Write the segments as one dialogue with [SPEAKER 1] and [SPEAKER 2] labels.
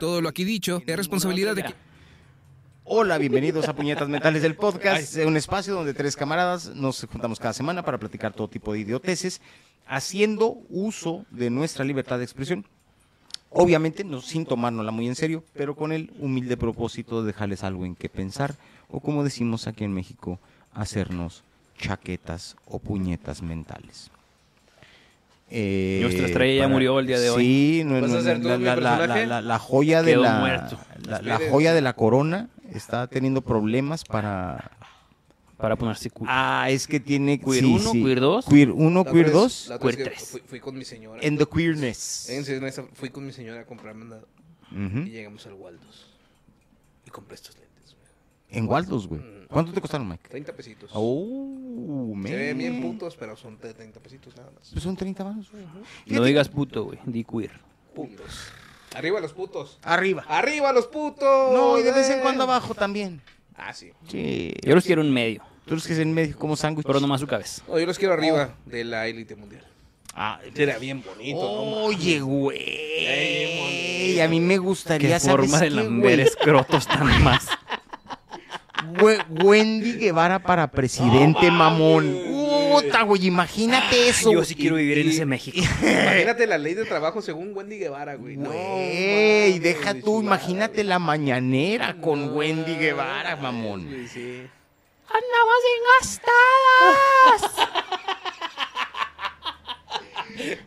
[SPEAKER 1] Todo lo aquí dicho es responsabilidad de... que-
[SPEAKER 2] Hola, bienvenidos a Puñetas Mentales del Podcast, eh, un espacio donde tres camaradas nos juntamos cada semana para platicar todo tipo de idioteces, haciendo uso de nuestra libertad de expresión. Obviamente, no, sin tomárnosla muy en serio, pero con el humilde propósito de dejarles algo en que pensar, o como decimos aquí en México, hacernos chaquetas o puñetas mentales. Eh,
[SPEAKER 3] Nuestra estrella ya murió el día de hoy.
[SPEAKER 2] Sí, no,
[SPEAKER 4] ¿Vas a
[SPEAKER 2] no,
[SPEAKER 4] hacer
[SPEAKER 2] no,
[SPEAKER 4] tú mi
[SPEAKER 2] la, la- la-
[SPEAKER 4] personaje?
[SPEAKER 2] la- la joya de
[SPEAKER 3] Quedó
[SPEAKER 2] la-
[SPEAKER 3] muerto.
[SPEAKER 2] la- la joya de la corona está teniendo problemas para
[SPEAKER 3] para ponerse cu-
[SPEAKER 2] Ah, es que tiene
[SPEAKER 3] Queer uno, queer dos.
[SPEAKER 2] Queer 1,
[SPEAKER 4] La
[SPEAKER 2] Queer
[SPEAKER 4] otra vez-
[SPEAKER 2] 2.
[SPEAKER 4] la otra vez
[SPEAKER 3] Queer
[SPEAKER 4] que
[SPEAKER 3] tres.
[SPEAKER 4] Fui, fui con mi señora.
[SPEAKER 2] En the queerness.
[SPEAKER 4] En serio, esa- fui con mi señora a comprarme una- y
[SPEAKER 2] Ujú.
[SPEAKER 4] llegamos al Waldos. Y compré estos lentes, güey.
[SPEAKER 2] En Waldos, güey. ¿Cuánto te costaron, Mike?
[SPEAKER 4] 30 pesitos.
[SPEAKER 2] Ah, Oh,
[SPEAKER 4] Se ven bien
[SPEAKER 2] puto.
[SPEAKER 4] putos, pero son de 30 pesitos nada más.
[SPEAKER 2] Son 30 varos. güey.
[SPEAKER 3] No digas puto, güey. Di queer.
[SPEAKER 4] Putos. Arriba los putos.
[SPEAKER 2] Arriba.
[SPEAKER 4] Arriba los putos.
[SPEAKER 2] No, y de vez en
[SPEAKER 4] eh.
[SPEAKER 2] cuando abajo también.
[SPEAKER 4] Ah, sí.
[SPEAKER 2] Sí.
[SPEAKER 3] Yo los quiero en medio,
[SPEAKER 2] Tú los que se en medio como sándwich.
[SPEAKER 3] pero nomás su cabeza.
[SPEAKER 4] No, yo los
[SPEAKER 2] Oh.
[SPEAKER 4] quiero arriba de la élite mundial.
[SPEAKER 2] Ah,
[SPEAKER 4] Será bien bonito, ¿no?
[SPEAKER 2] Oye,
[SPEAKER 4] Ey,
[SPEAKER 2] güey.
[SPEAKER 4] mon-
[SPEAKER 2] A mí me gustaría
[SPEAKER 3] Qué forma
[SPEAKER 2] ¿sabes
[SPEAKER 3] de
[SPEAKER 2] qué, güey?
[SPEAKER 3] lamber escrotos tan más.
[SPEAKER 2] We- Wendy Guevara para presidente, mamón. Puta, güey, imagínate eso.
[SPEAKER 3] Yo sí quiero vivir en
[SPEAKER 4] y-
[SPEAKER 3] ese México.
[SPEAKER 4] Imagínate la ley de trabajo según Wendy Guevara, güey. No,
[SPEAKER 2] Güey,
[SPEAKER 4] mames,
[SPEAKER 2] deja
[SPEAKER 4] güey,
[SPEAKER 2] tú,
[SPEAKER 4] sí,
[SPEAKER 2] imagínate la mañanera con
[SPEAKER 4] No,
[SPEAKER 2] Wendy Guevara,
[SPEAKER 4] mames,
[SPEAKER 2] mamón.
[SPEAKER 4] güey, sí.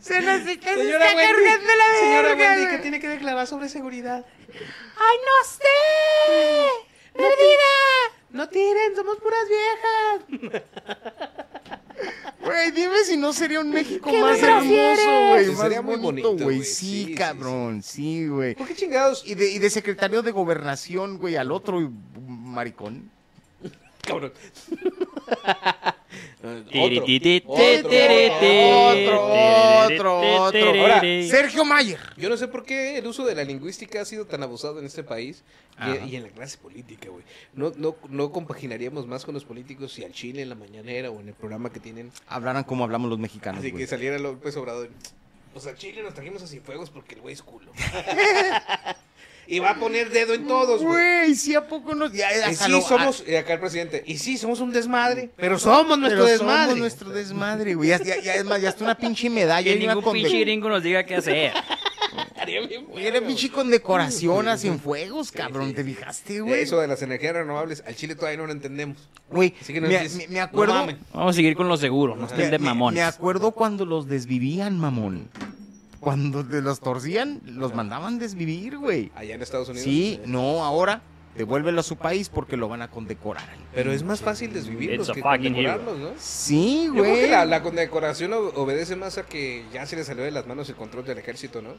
[SPEAKER 5] Se nos está
[SPEAKER 4] Señora
[SPEAKER 5] está
[SPEAKER 4] Wendy,
[SPEAKER 5] cargando la
[SPEAKER 4] señora
[SPEAKER 5] verga,
[SPEAKER 4] Wendy,
[SPEAKER 5] güey.
[SPEAKER 4] ¿qué tiene que declarar sobre seguridad?
[SPEAKER 5] ¡Ay, no sé! ¡Perdida!
[SPEAKER 4] No tiren, somos puras viejas.
[SPEAKER 2] Güey, dime si no sería un México
[SPEAKER 5] ¿Qué
[SPEAKER 2] más
[SPEAKER 5] me prefieres?
[SPEAKER 2] hermoso, güey.
[SPEAKER 4] Sí,
[SPEAKER 2] Más
[SPEAKER 4] sería muy bonito,
[SPEAKER 2] güey.
[SPEAKER 4] güey. Sí,
[SPEAKER 2] Sí,
[SPEAKER 4] sí,
[SPEAKER 2] cabrón, sí, güey.
[SPEAKER 4] ¿Por qué chingados?
[SPEAKER 2] Y de, y de secretario de gobernación, güey, al otro güey, maricón.
[SPEAKER 4] Cabrón.
[SPEAKER 3] Tiri, ti, ti,
[SPEAKER 4] Otro,
[SPEAKER 3] ti, tiri, ti,
[SPEAKER 4] otro,
[SPEAKER 3] tiri,
[SPEAKER 2] otro,
[SPEAKER 3] ti,
[SPEAKER 2] otro.
[SPEAKER 3] tiri,
[SPEAKER 4] Ahora,
[SPEAKER 3] ti.
[SPEAKER 2] Sergio Mayer.
[SPEAKER 4] Yo no sé por qué el uso de la lingüística ha sido tan abusado en este país
[SPEAKER 2] Ajá.
[SPEAKER 4] y, y en la clase política, güey. No, no, no compaginaríamos más con los políticos si al Chile en la mañanera o en el programa que tienen.
[SPEAKER 2] Hablaran como hablamos los
[SPEAKER 3] Ah,
[SPEAKER 2] mexicanos,
[SPEAKER 4] Así
[SPEAKER 2] güey.
[SPEAKER 4] que saliera López Obrador. Pues al Chile nos trajimos a Cienfuegos porque el güey es culo. y va a poner dedo en todos, güey.
[SPEAKER 2] Güey, sí, ¿a poco no? Ya,
[SPEAKER 4] Y
[SPEAKER 2] hasta
[SPEAKER 4] sí,
[SPEAKER 2] lo- ah.
[SPEAKER 4] somos, y acá el presidente, y sí, somos un desmadre, pero somos nuestro
[SPEAKER 2] Pero
[SPEAKER 4] desmadre.
[SPEAKER 2] Somos nuestro desmadre, güey. Ya, ya, ya, es más, ya hasta una pinche medalla.
[SPEAKER 3] Que
[SPEAKER 2] y una
[SPEAKER 3] ningún
[SPEAKER 2] conde-
[SPEAKER 3] pinche gringo nos diga qué hacer.
[SPEAKER 4] Estaría bien bueno,
[SPEAKER 2] Güey, Era pinche condecoración a Cienfuegos, cabrón.
[SPEAKER 4] sí,
[SPEAKER 2] ¿Te
[SPEAKER 4] sí.
[SPEAKER 2] fijaste,
[SPEAKER 4] güey.
[SPEAKER 2] güey?
[SPEAKER 4] Eso de las energías renovables, al Chile todavía no lo entendemos.
[SPEAKER 2] Güey,
[SPEAKER 4] Así que no
[SPEAKER 2] me,
[SPEAKER 4] empieces.
[SPEAKER 2] me- me acuerdo...
[SPEAKER 4] No mames.
[SPEAKER 3] Vamos a seguir con lo seguro, no estén
[SPEAKER 2] me,
[SPEAKER 3] de
[SPEAKER 2] me- me
[SPEAKER 3] mamones.
[SPEAKER 2] acuerdo cuando los desvivían, mamón. Cuando te los torcían, los mandaban desvivir, güey.
[SPEAKER 4] Allá en Estados Unidos.
[SPEAKER 2] Sí,
[SPEAKER 4] eh,
[SPEAKER 2] no, ahora devuélvelo a su país porque lo van a condecorar.
[SPEAKER 4] Pero es más fácil desvivirlos
[SPEAKER 3] It's a
[SPEAKER 4] que
[SPEAKER 3] fucking
[SPEAKER 4] condecorarlos, ¿no?
[SPEAKER 2] Sí,
[SPEAKER 4] Yo creo
[SPEAKER 2] güey.
[SPEAKER 4] que la, la condecoración ob- obedece más a que ya se le salió de las manos el control del ejército, ¿no?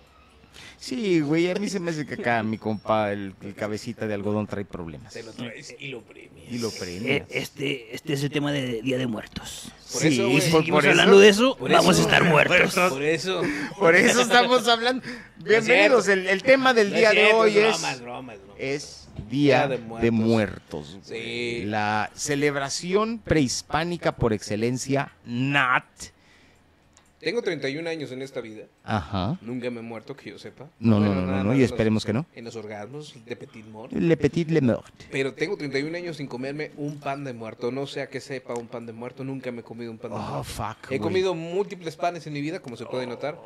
[SPEAKER 2] Sí, güey, a mí se me hace que acá mi compa, el, el cabecita de algodón, trae problemas.
[SPEAKER 4] Se lo traes y lo premias.
[SPEAKER 2] Y lo premia.
[SPEAKER 3] Este, este es el tema de Día de Muertos.
[SPEAKER 4] Por eso, güey.
[SPEAKER 2] por-
[SPEAKER 3] seguimos
[SPEAKER 2] por
[SPEAKER 3] hablando
[SPEAKER 2] eso-
[SPEAKER 3] de eso,
[SPEAKER 4] por
[SPEAKER 3] vamos
[SPEAKER 4] eso-
[SPEAKER 3] a estar muertos.
[SPEAKER 4] Por eso.
[SPEAKER 2] Por eso estamos hablando. Bienvenidos, el, el tema del
[SPEAKER 4] No es Eh,
[SPEAKER 2] día de
[SPEAKER 4] cierto,
[SPEAKER 2] hoy es...
[SPEAKER 4] bromas, bromas, bromas.
[SPEAKER 2] es Día de Muertos.
[SPEAKER 4] Sí.
[SPEAKER 2] güey. La celebración prehispánica por excelencia, NAT.
[SPEAKER 4] Tengo 31 años en esta vida.
[SPEAKER 2] Ajá.
[SPEAKER 4] Nunca me he muerto, que yo sepa.
[SPEAKER 2] No, no,
[SPEAKER 4] Bueno,
[SPEAKER 2] no,
[SPEAKER 4] nada
[SPEAKER 2] no, no,
[SPEAKER 4] más
[SPEAKER 2] y
[SPEAKER 4] en los-
[SPEAKER 2] esperemos que no.
[SPEAKER 4] En los orgasmos de Petit Mort.
[SPEAKER 2] Le petit le mort.
[SPEAKER 4] Pero tengo 31 años sin comerme un pan de muerto. No sé a qué sepa un pan de muerto. Nunca me he comido un pan de
[SPEAKER 2] Oh,
[SPEAKER 4] muerto.
[SPEAKER 2] fuck, güey.
[SPEAKER 4] He comido múltiples panes en mi vida, como se puede notar.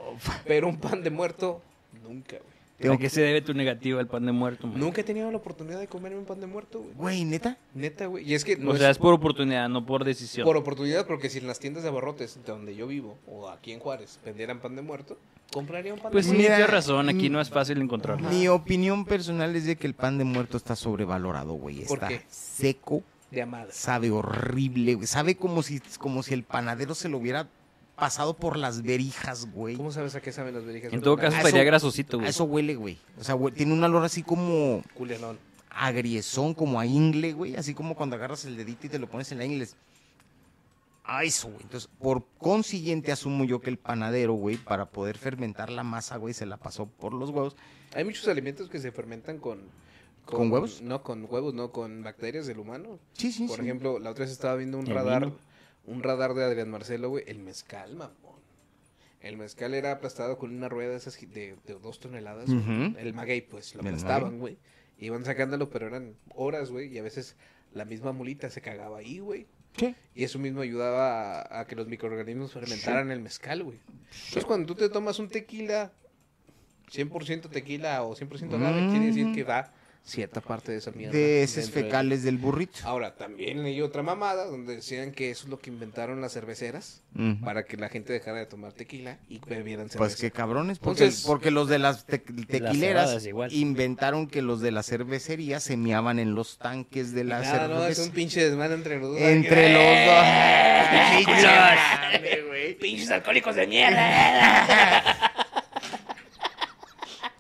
[SPEAKER 4] Pero un pan de muerto, nunca, güey.
[SPEAKER 3] ¿A qué se debe tu negativa al pan de muerto? man?
[SPEAKER 4] Nunca he tenido la oportunidad de comerme un pan de muerto, güey.
[SPEAKER 2] Güey, ¿neta?
[SPEAKER 4] Neta, güey. Y es que no
[SPEAKER 3] O sea,
[SPEAKER 4] es
[SPEAKER 3] es por oportunidad, no por decisión.
[SPEAKER 4] por oportunidad, porque si en las tiendas de abarrotes donde yo vivo, o aquí en Juárez, vendieran pan de muerto, compraría un pan
[SPEAKER 3] Pues
[SPEAKER 4] de
[SPEAKER 3] sí,
[SPEAKER 4] muerto.
[SPEAKER 2] Mira,
[SPEAKER 3] tienes razón, aquí
[SPEAKER 2] mm,
[SPEAKER 3] no es fácil encontrarlo.
[SPEAKER 2] Mi opinión personal es de que el pan de muerto está sobrevalorado, güey.
[SPEAKER 4] ¿Por
[SPEAKER 2] Está
[SPEAKER 4] qué?
[SPEAKER 2] seco,
[SPEAKER 4] De amada.
[SPEAKER 2] sabe horrible, güey. Sabe como si, como si el panadero se lo hubiera pasado por las verijas, güey.
[SPEAKER 4] ¿Cómo sabes a qué saben las verijas?
[SPEAKER 3] En todo caso,
[SPEAKER 2] Eso-
[SPEAKER 3] estaría
[SPEAKER 2] A
[SPEAKER 3] grasosito, güey.
[SPEAKER 2] eso huele, güey. O sea, güey, tiene un olor así como...
[SPEAKER 4] Culianón.
[SPEAKER 2] agriezón, como a ingle, güey. Así como cuando agarras el dedito y te lo pones en la ingle. es- A eso, güey. Entonces, por consiguiente, asumo yo que el panadero, güey, para poder fermentar la masa, güey, se la pasó por los huevos.
[SPEAKER 4] Hay muchos alimentos que se fermentan con,
[SPEAKER 2] ¿Con huevos?
[SPEAKER 4] No, con huevos, no, con bacterias del humano.
[SPEAKER 2] Sí, sí,
[SPEAKER 4] Por
[SPEAKER 2] sí.
[SPEAKER 4] ejemplo, la otra vez estaba viendo un
[SPEAKER 3] ¿El
[SPEAKER 4] radar,
[SPEAKER 3] vino?
[SPEAKER 4] un radar de Adrián Marcelo, güey, el mezcal, mamón. El mezcal era aplastado con una rueda de esas gi- de, de dos toneladas.
[SPEAKER 2] Ujú.
[SPEAKER 4] güey. El maguey, pues, lo
[SPEAKER 2] El
[SPEAKER 4] aplastaban, güey. Iban sacándolo, pero eran horas, güey. Y a veces la misma mulita se cagaba ahí, güey. Y eso mismo ayudaba a, a que los microorganismos fermentaran el mezcal, güey. Entonces, cuando tú te tomas un tequila, 100% tequila o 100% agave, quiere decir que va cierta parte de esa mierda.
[SPEAKER 2] De esos
[SPEAKER 4] dentro de-
[SPEAKER 2] fecales del burrito.
[SPEAKER 4] Ahora, también leí otra mamada donde decían que eso es lo que inventaron las cerveceras
[SPEAKER 2] Ujú.
[SPEAKER 4] para que la gente dejara de tomar tequila y bebieran cerveza.
[SPEAKER 2] Pues qué cabrones, porque,
[SPEAKER 4] Entonces-
[SPEAKER 2] porque los de las te- tequileras
[SPEAKER 6] cebadas igual.
[SPEAKER 2] inventaron que los de la cervecería se meaban en los tanques de la
[SPEAKER 4] Nada, Ah, no, es
[SPEAKER 2] cerveza.
[SPEAKER 4] un pinche desmadre entre los dos.
[SPEAKER 2] Entre los dos.
[SPEAKER 4] Pinches alcohólicos de mierda.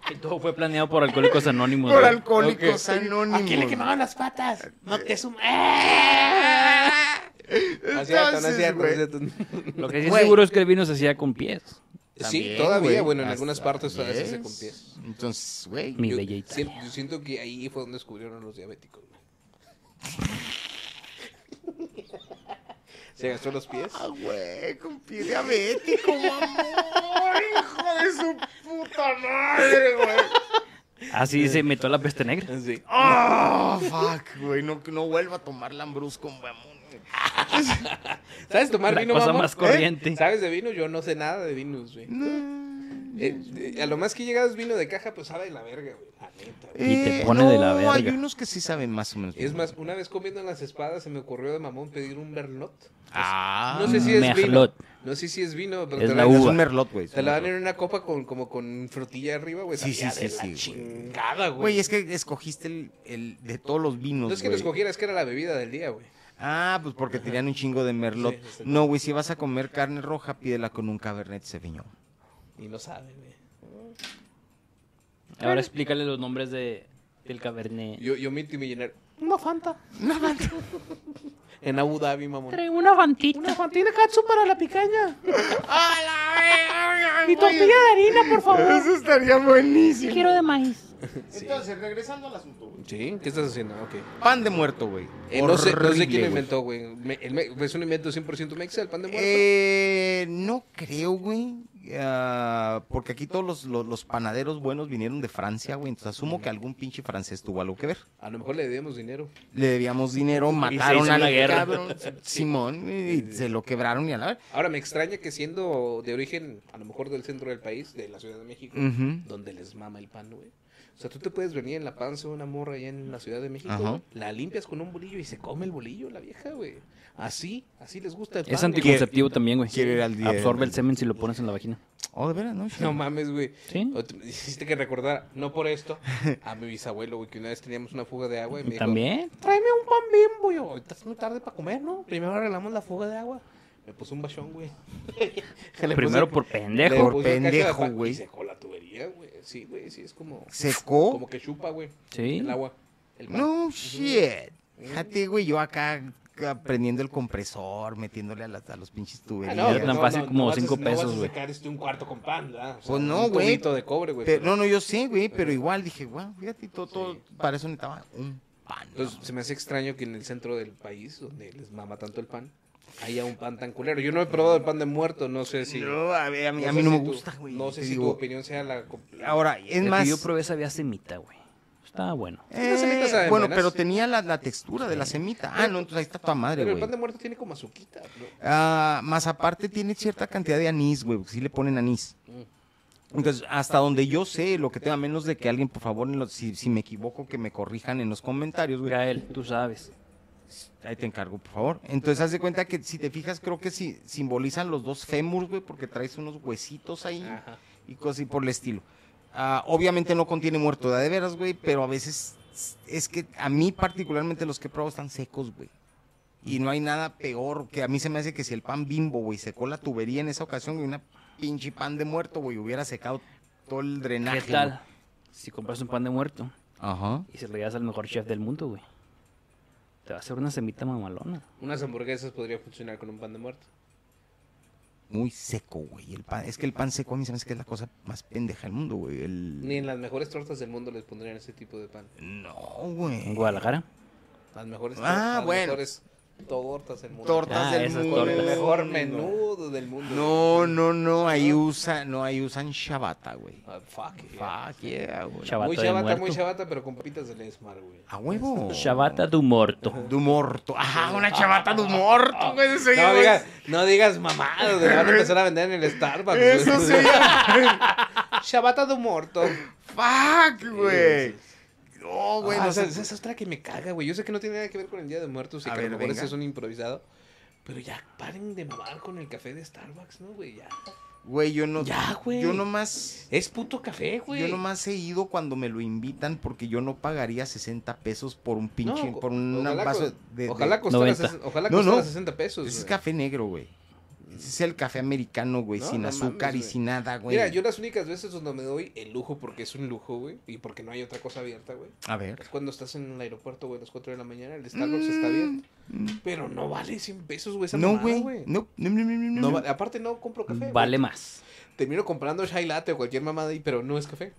[SPEAKER 3] Que todo fue planeado por Alcohólicos Anónimos.
[SPEAKER 2] Por
[SPEAKER 3] güey.
[SPEAKER 2] alcohólicos anónimos.
[SPEAKER 4] las patas? Moctezuma. No
[SPEAKER 2] Ah,
[SPEAKER 4] es cierto, no es cierto, no es cierto.
[SPEAKER 3] Lo que sí es
[SPEAKER 2] Güey.
[SPEAKER 3] seguro es que el vino se hacía con pies.
[SPEAKER 4] Sí,
[SPEAKER 2] También,
[SPEAKER 4] todavía,
[SPEAKER 2] güey,
[SPEAKER 4] bueno, en
[SPEAKER 2] hasta
[SPEAKER 4] algunas partes todavía se hace
[SPEAKER 2] diez.
[SPEAKER 4] con pies.
[SPEAKER 2] Entonces, güey.
[SPEAKER 3] Mi
[SPEAKER 4] Yo
[SPEAKER 3] bella
[SPEAKER 4] siento,
[SPEAKER 3] Italia.
[SPEAKER 4] yo siento que ahí fue donde descubrieron los diabéticos. güey. Se gastó los pies.
[SPEAKER 2] Ah, güey, con pie diabético, amor. Hijo de su puta madre, güey.
[SPEAKER 3] Así se metió la peste negra.
[SPEAKER 4] Sí.
[SPEAKER 2] Oh, fuck, güey. No, no vuelva a tomar lambrusco, mamón.
[SPEAKER 4] ¿Sabes tomar
[SPEAKER 3] La
[SPEAKER 4] vino,
[SPEAKER 3] cosa
[SPEAKER 4] mamón?
[SPEAKER 3] más
[SPEAKER 4] ¿Eh?
[SPEAKER 3] corriente.
[SPEAKER 4] ¿Sabes de vino? Yo no sé nada de vinos, güey. Eh, eh, a lo más que he llegado es vino de caja, pues sabe de la verga, güey. La neta, güey.
[SPEAKER 3] Y te pone de la
[SPEAKER 2] Eh, no, Hay
[SPEAKER 3] verga.
[SPEAKER 2] unos que sí saben más o menos.
[SPEAKER 4] Es más, una vez comiendo en las espadas se me ocurrió de mamón pedir un merlot.
[SPEAKER 2] Ah,
[SPEAKER 4] No sé si es
[SPEAKER 3] merlot.
[SPEAKER 4] vino. No sé si es vino, pero
[SPEAKER 3] Es
[SPEAKER 4] te, la
[SPEAKER 3] la
[SPEAKER 4] dan,
[SPEAKER 2] es
[SPEAKER 3] uva.
[SPEAKER 2] un merlot, güey. es
[SPEAKER 4] te
[SPEAKER 2] un
[SPEAKER 4] la dan
[SPEAKER 2] merlot.
[SPEAKER 4] en una copa con, como con frutilla arriba, güey.
[SPEAKER 2] Sí, sí,
[SPEAKER 4] Sabía
[SPEAKER 2] sí,
[SPEAKER 4] de
[SPEAKER 2] sí,
[SPEAKER 4] la
[SPEAKER 2] güey.
[SPEAKER 4] chingada, güey.
[SPEAKER 2] Güey, es que escogiste el, el de todos los vinos.
[SPEAKER 4] No es que lo
[SPEAKER 2] güey.
[SPEAKER 4] escogiera, es que era la bebida del día, güey.
[SPEAKER 2] Ah, pues porque tenían un chingo de merlot.
[SPEAKER 4] Sí, sí, sí.
[SPEAKER 2] No, güey, si vas a comer carne roja, pídela con un cabernet sauvignon.
[SPEAKER 4] Y no sabe, güey.
[SPEAKER 3] Ahora explícale los nombres de, del cabernet.
[SPEAKER 4] Yo, yo multimillonario.
[SPEAKER 5] Una fanta.
[SPEAKER 4] En Abu Dhabi, mamón.
[SPEAKER 5] Trae una fantita. Una fantita katsu para la picaña. Y tortilla de harina, por favor.
[SPEAKER 2] estaría buenísimo.
[SPEAKER 5] Quiero de maíz.
[SPEAKER 2] Entonces, regresando al asunto, güey.
[SPEAKER 4] ¿Sí? ¿Qué estás haciendo? Ok.
[SPEAKER 2] Pan de muerto, güey.
[SPEAKER 4] Eh, no, sé, no sé
[SPEAKER 2] Horrible,
[SPEAKER 4] quién lo
[SPEAKER 2] güey.
[SPEAKER 4] inventó, güey. Me- el me- Es un invento 100% mexa, el pan de muerto.
[SPEAKER 2] Eh, no creo, güey. Ah, porque aquí todos los, los- los panaderos buenos vinieron de Francia, güey. Entonces asumo que algún pinche francés tuvo algo que ver.
[SPEAKER 4] A lo mejor le debíamos dinero.
[SPEAKER 2] Le debíamos dinero, mataron
[SPEAKER 3] hizo
[SPEAKER 2] al
[SPEAKER 3] una guerra.
[SPEAKER 2] cabrón Simón y se lo quebraron y a la ver.
[SPEAKER 4] Ahora, me extraña que siendo de origen, a lo mejor del centro del país, de la Ciudad de México,
[SPEAKER 2] Ujú.
[SPEAKER 4] donde les mama el pan, güey. O sea, tú te puedes venir en la panza de una morra allá en la Ciudad de México,
[SPEAKER 2] Ajá.
[SPEAKER 4] güey, la limpias con un bolillo y se come el bolillo la vieja, güey. Así, así les gusta el pan.
[SPEAKER 3] Es
[SPEAKER 4] güey.
[SPEAKER 3] anticonceptivo también, güey.
[SPEAKER 2] quiero ir al día.
[SPEAKER 3] Absorbe el semen si lo pones en la vagina.
[SPEAKER 2] Oh, de veras, ¿no?
[SPEAKER 4] No mames, güey.
[SPEAKER 3] ¿Sí?
[SPEAKER 4] O- tú- Hiciste que recordar, no por esto, a mi bisabuelo, güey, que una vez teníamos una fuga de agua y me dijo,
[SPEAKER 3] ¿También?
[SPEAKER 4] tráeme un pan bimbo. Yo, ahorita es muy tarde para comer, ¿no? Primero arreglamos la fuga de agua. Me puso un bachón, güey. Le
[SPEAKER 3] Primero
[SPEAKER 4] puse-
[SPEAKER 3] por
[SPEAKER 4] le
[SPEAKER 3] pendejo.
[SPEAKER 4] puse un cacho de
[SPEAKER 2] pendejo,
[SPEAKER 4] pan
[SPEAKER 2] güey.
[SPEAKER 4] Y secó la tubería, güey. Sí, güey, sí, es como...
[SPEAKER 2] ¿Secó?
[SPEAKER 4] Como que chupa, güey.
[SPEAKER 3] Sí.
[SPEAKER 4] El agua. El pan.
[SPEAKER 2] Oh.
[SPEAKER 4] Ah,
[SPEAKER 2] No shit. Fíjate, güey, yo acá prendiendo el compresor, metiéndole a, las- a los pinches
[SPEAKER 4] Ah,
[SPEAKER 2] tuberías.
[SPEAKER 4] no,
[SPEAKER 3] Era tan
[SPEAKER 4] no,
[SPEAKER 3] fácil
[SPEAKER 4] no,
[SPEAKER 3] como
[SPEAKER 4] no vas a-
[SPEAKER 3] cinco
[SPEAKER 4] no vas a
[SPEAKER 3] pesos, güey.
[SPEAKER 4] sacar este un cuarto con pan, ¿verdad? O sea,
[SPEAKER 2] Pues no,
[SPEAKER 4] un
[SPEAKER 2] güey.
[SPEAKER 4] tubito de cobre, güey.
[SPEAKER 2] Pero- no, no, yo sé, güey, pero igual dije, wow, fíjate, todo, todo
[SPEAKER 4] Sí.
[SPEAKER 2] para eso necesitaba un pan.
[SPEAKER 4] Entonces, se me hace extraño que en el centro del país, donde les mama tanto el pan, haya un pan tan culero. Yo no he probado el pan de muerto, no sé si...
[SPEAKER 2] No, a, ver, a mí, a
[SPEAKER 4] sé
[SPEAKER 2] mí no
[SPEAKER 4] si
[SPEAKER 2] me
[SPEAKER 4] tu-
[SPEAKER 2] gusta, güey.
[SPEAKER 4] No sé
[SPEAKER 2] te
[SPEAKER 4] si tu
[SPEAKER 2] digo.
[SPEAKER 4] opinión sea la... com-
[SPEAKER 2] Ahora, es
[SPEAKER 3] El que
[SPEAKER 2] más.
[SPEAKER 3] yo probé sabía semita, güey. Estaba bueno.
[SPEAKER 2] eh,
[SPEAKER 4] Las semitas saben
[SPEAKER 2] bueno,
[SPEAKER 4] buenas.
[SPEAKER 2] pero tenía la, la textura de la semita. Ah, no, entonces ahí está toda madre,
[SPEAKER 4] Pero el
[SPEAKER 2] güey.
[SPEAKER 4] pan de muerto tiene como azuquita, ¿no?
[SPEAKER 2] Ah, más aparte tiene cierta cantidad de anís, güey, porque sí le ponen anís.
[SPEAKER 4] Mm.
[SPEAKER 2] Entonces, hasta donde yo sé, lo que tenga, a menos de que alguien, por favor, en los- si, si me equivoco, que me corrijan en los comentarios, güey.
[SPEAKER 3] Gael, tú sabes.
[SPEAKER 2] Ahí te encargo, por favor. Entonces, haz de cuenta que si te fijas, creo que sí simbolizan los dos fémurs, güey, porque traes unos huesitos ahí
[SPEAKER 4] Ajá.
[SPEAKER 2] y cosas así por el estilo. Ah, obviamente no contiene muerto de a de veras, güey, pero a veces es que a mí particularmente los que he probado están secos, güey. Y no hay nada peor que a mí se me hace que si el pan bimbo, güey, secó la tubería en esa ocasión, güey, una pinche pan de muerto, güey, hubiera secado todo el drenaje.
[SPEAKER 3] ¿Qué
[SPEAKER 2] güey.
[SPEAKER 3] tal? Si compras un pan de muerto
[SPEAKER 2] Ajá.
[SPEAKER 3] y se lo llevas al mejor chef del mundo, güey. Te va a hacer una semita mamalona.
[SPEAKER 4] Unas hamburguesas podría funcionar con un pan de muerto.
[SPEAKER 2] Muy seco, güey. El pan, es que el pan seco a mí se me hace que es la cosa más pendeja del mundo, güey. El...
[SPEAKER 4] Ni en las mejores tortas del mundo les pondrían ese tipo de pan.
[SPEAKER 2] No, güey.
[SPEAKER 4] Eh.
[SPEAKER 3] ¿En Guadalajara?
[SPEAKER 4] Las mejores
[SPEAKER 2] Ah,
[SPEAKER 4] las
[SPEAKER 2] bueno.
[SPEAKER 4] mejores Tortas del mundo.
[SPEAKER 2] Tortas
[SPEAKER 3] Ah,
[SPEAKER 2] del
[SPEAKER 3] esas
[SPEAKER 2] mundo.
[SPEAKER 3] tortas.
[SPEAKER 4] El mejor menudo del mundo.
[SPEAKER 2] No, no, no. Ahí usa, no, ahí usan shabata, güey.
[SPEAKER 4] Ah, fuck. yeah.
[SPEAKER 2] Fuck yeah, güey.
[SPEAKER 3] Shabata
[SPEAKER 4] muy
[SPEAKER 3] de
[SPEAKER 4] chabata,
[SPEAKER 3] muerto.
[SPEAKER 4] muy chabata, pero con papitas de Lesmar, güey.
[SPEAKER 2] A huevo.
[SPEAKER 3] Shabata du morto.
[SPEAKER 2] Du morto. Ajá, una chabata du morto, güey. Eso ya
[SPEAKER 4] Ah, No
[SPEAKER 2] es-
[SPEAKER 4] digas, no digas mamada, te van a empezar a vender en el Starbucks. güey.
[SPEAKER 2] Eso sí. Ah,
[SPEAKER 4] Shabata do morto.
[SPEAKER 2] Fuck, güey.
[SPEAKER 4] Sí,
[SPEAKER 2] No, güey.
[SPEAKER 4] Ah,
[SPEAKER 2] no
[SPEAKER 4] esa,
[SPEAKER 2] sé.
[SPEAKER 4] esa es otra que me caga, güey. Yo sé que no tiene nada que ver con el Día de Muertos y
[SPEAKER 2] A
[SPEAKER 4] que a
[SPEAKER 2] ver,
[SPEAKER 4] lo mejor
[SPEAKER 2] venga.
[SPEAKER 4] ese es un improvisado. Pero ya paren de mamar con el café de Starbucks, ¿no, güey? Ya.
[SPEAKER 2] Güey, yo no.
[SPEAKER 4] Ya, güey.
[SPEAKER 2] Yo nomás.
[SPEAKER 4] Es puto café, güey.
[SPEAKER 2] Yo nomás he ido cuando me lo invitan porque yo no pagaría 60 pesos por un
[SPEAKER 4] No,
[SPEAKER 2] pinche,
[SPEAKER 4] o-
[SPEAKER 2] por un
[SPEAKER 4] ojalá
[SPEAKER 2] vaso
[SPEAKER 4] cos-
[SPEAKER 2] de, de-
[SPEAKER 4] Ojalá costara,
[SPEAKER 3] 90.
[SPEAKER 4] ses- ojalá
[SPEAKER 2] No,
[SPEAKER 4] costara
[SPEAKER 2] no.
[SPEAKER 4] 60 pesos.
[SPEAKER 2] Ese es
[SPEAKER 4] güey.
[SPEAKER 2] café negro, güey. Ese es el café americano, güey,
[SPEAKER 4] No,
[SPEAKER 2] sin
[SPEAKER 4] no
[SPEAKER 2] azúcar
[SPEAKER 4] mames,
[SPEAKER 2] y sin nada, güey.
[SPEAKER 4] Mira, yo las únicas veces donde me doy el lujo, porque es un lujo, güey, y porque no hay otra cosa abierta, güey,
[SPEAKER 2] A ver.
[SPEAKER 4] es cuando estás en el aeropuerto, güey, a las 4 de la mañana, el Starbucks está abierto. Pero no vale 100 pesos, güey, esa
[SPEAKER 2] Mm, No,
[SPEAKER 4] mamada,
[SPEAKER 2] güey.
[SPEAKER 4] No.
[SPEAKER 2] No, no, no, no, no, no.
[SPEAKER 4] va- aparte no compro café. güey.
[SPEAKER 3] Vale más.
[SPEAKER 4] Termino comprando chai latte o cualquier mamada ahí, pero no es café.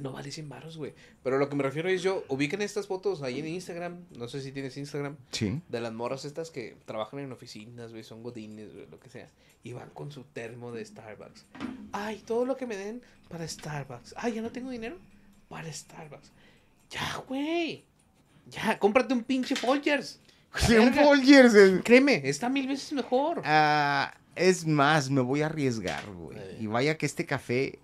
[SPEAKER 4] No vale 100 baros, güey. Pero lo que me refiero es yo, ubiquen estas fotos ahí en Instagram, no sé si tienes Instagram,
[SPEAKER 2] Sí.
[SPEAKER 4] de las morras estas que trabajan en oficinas, güey, son godines, güey, lo que sea. Y van con su termo de Starbucks. Ay, todo lo que me den para Starbucks. Ay, ya no tengo dinero para Starbucks. Ya, güey. Ya, cómprate un pinche Folgers.
[SPEAKER 2] Cien Folgers, eh.
[SPEAKER 4] Créeme, está mil veces mejor.
[SPEAKER 2] Ah, es más, me voy a arriesgar, güey.
[SPEAKER 4] Eh.
[SPEAKER 2] Y vaya que este café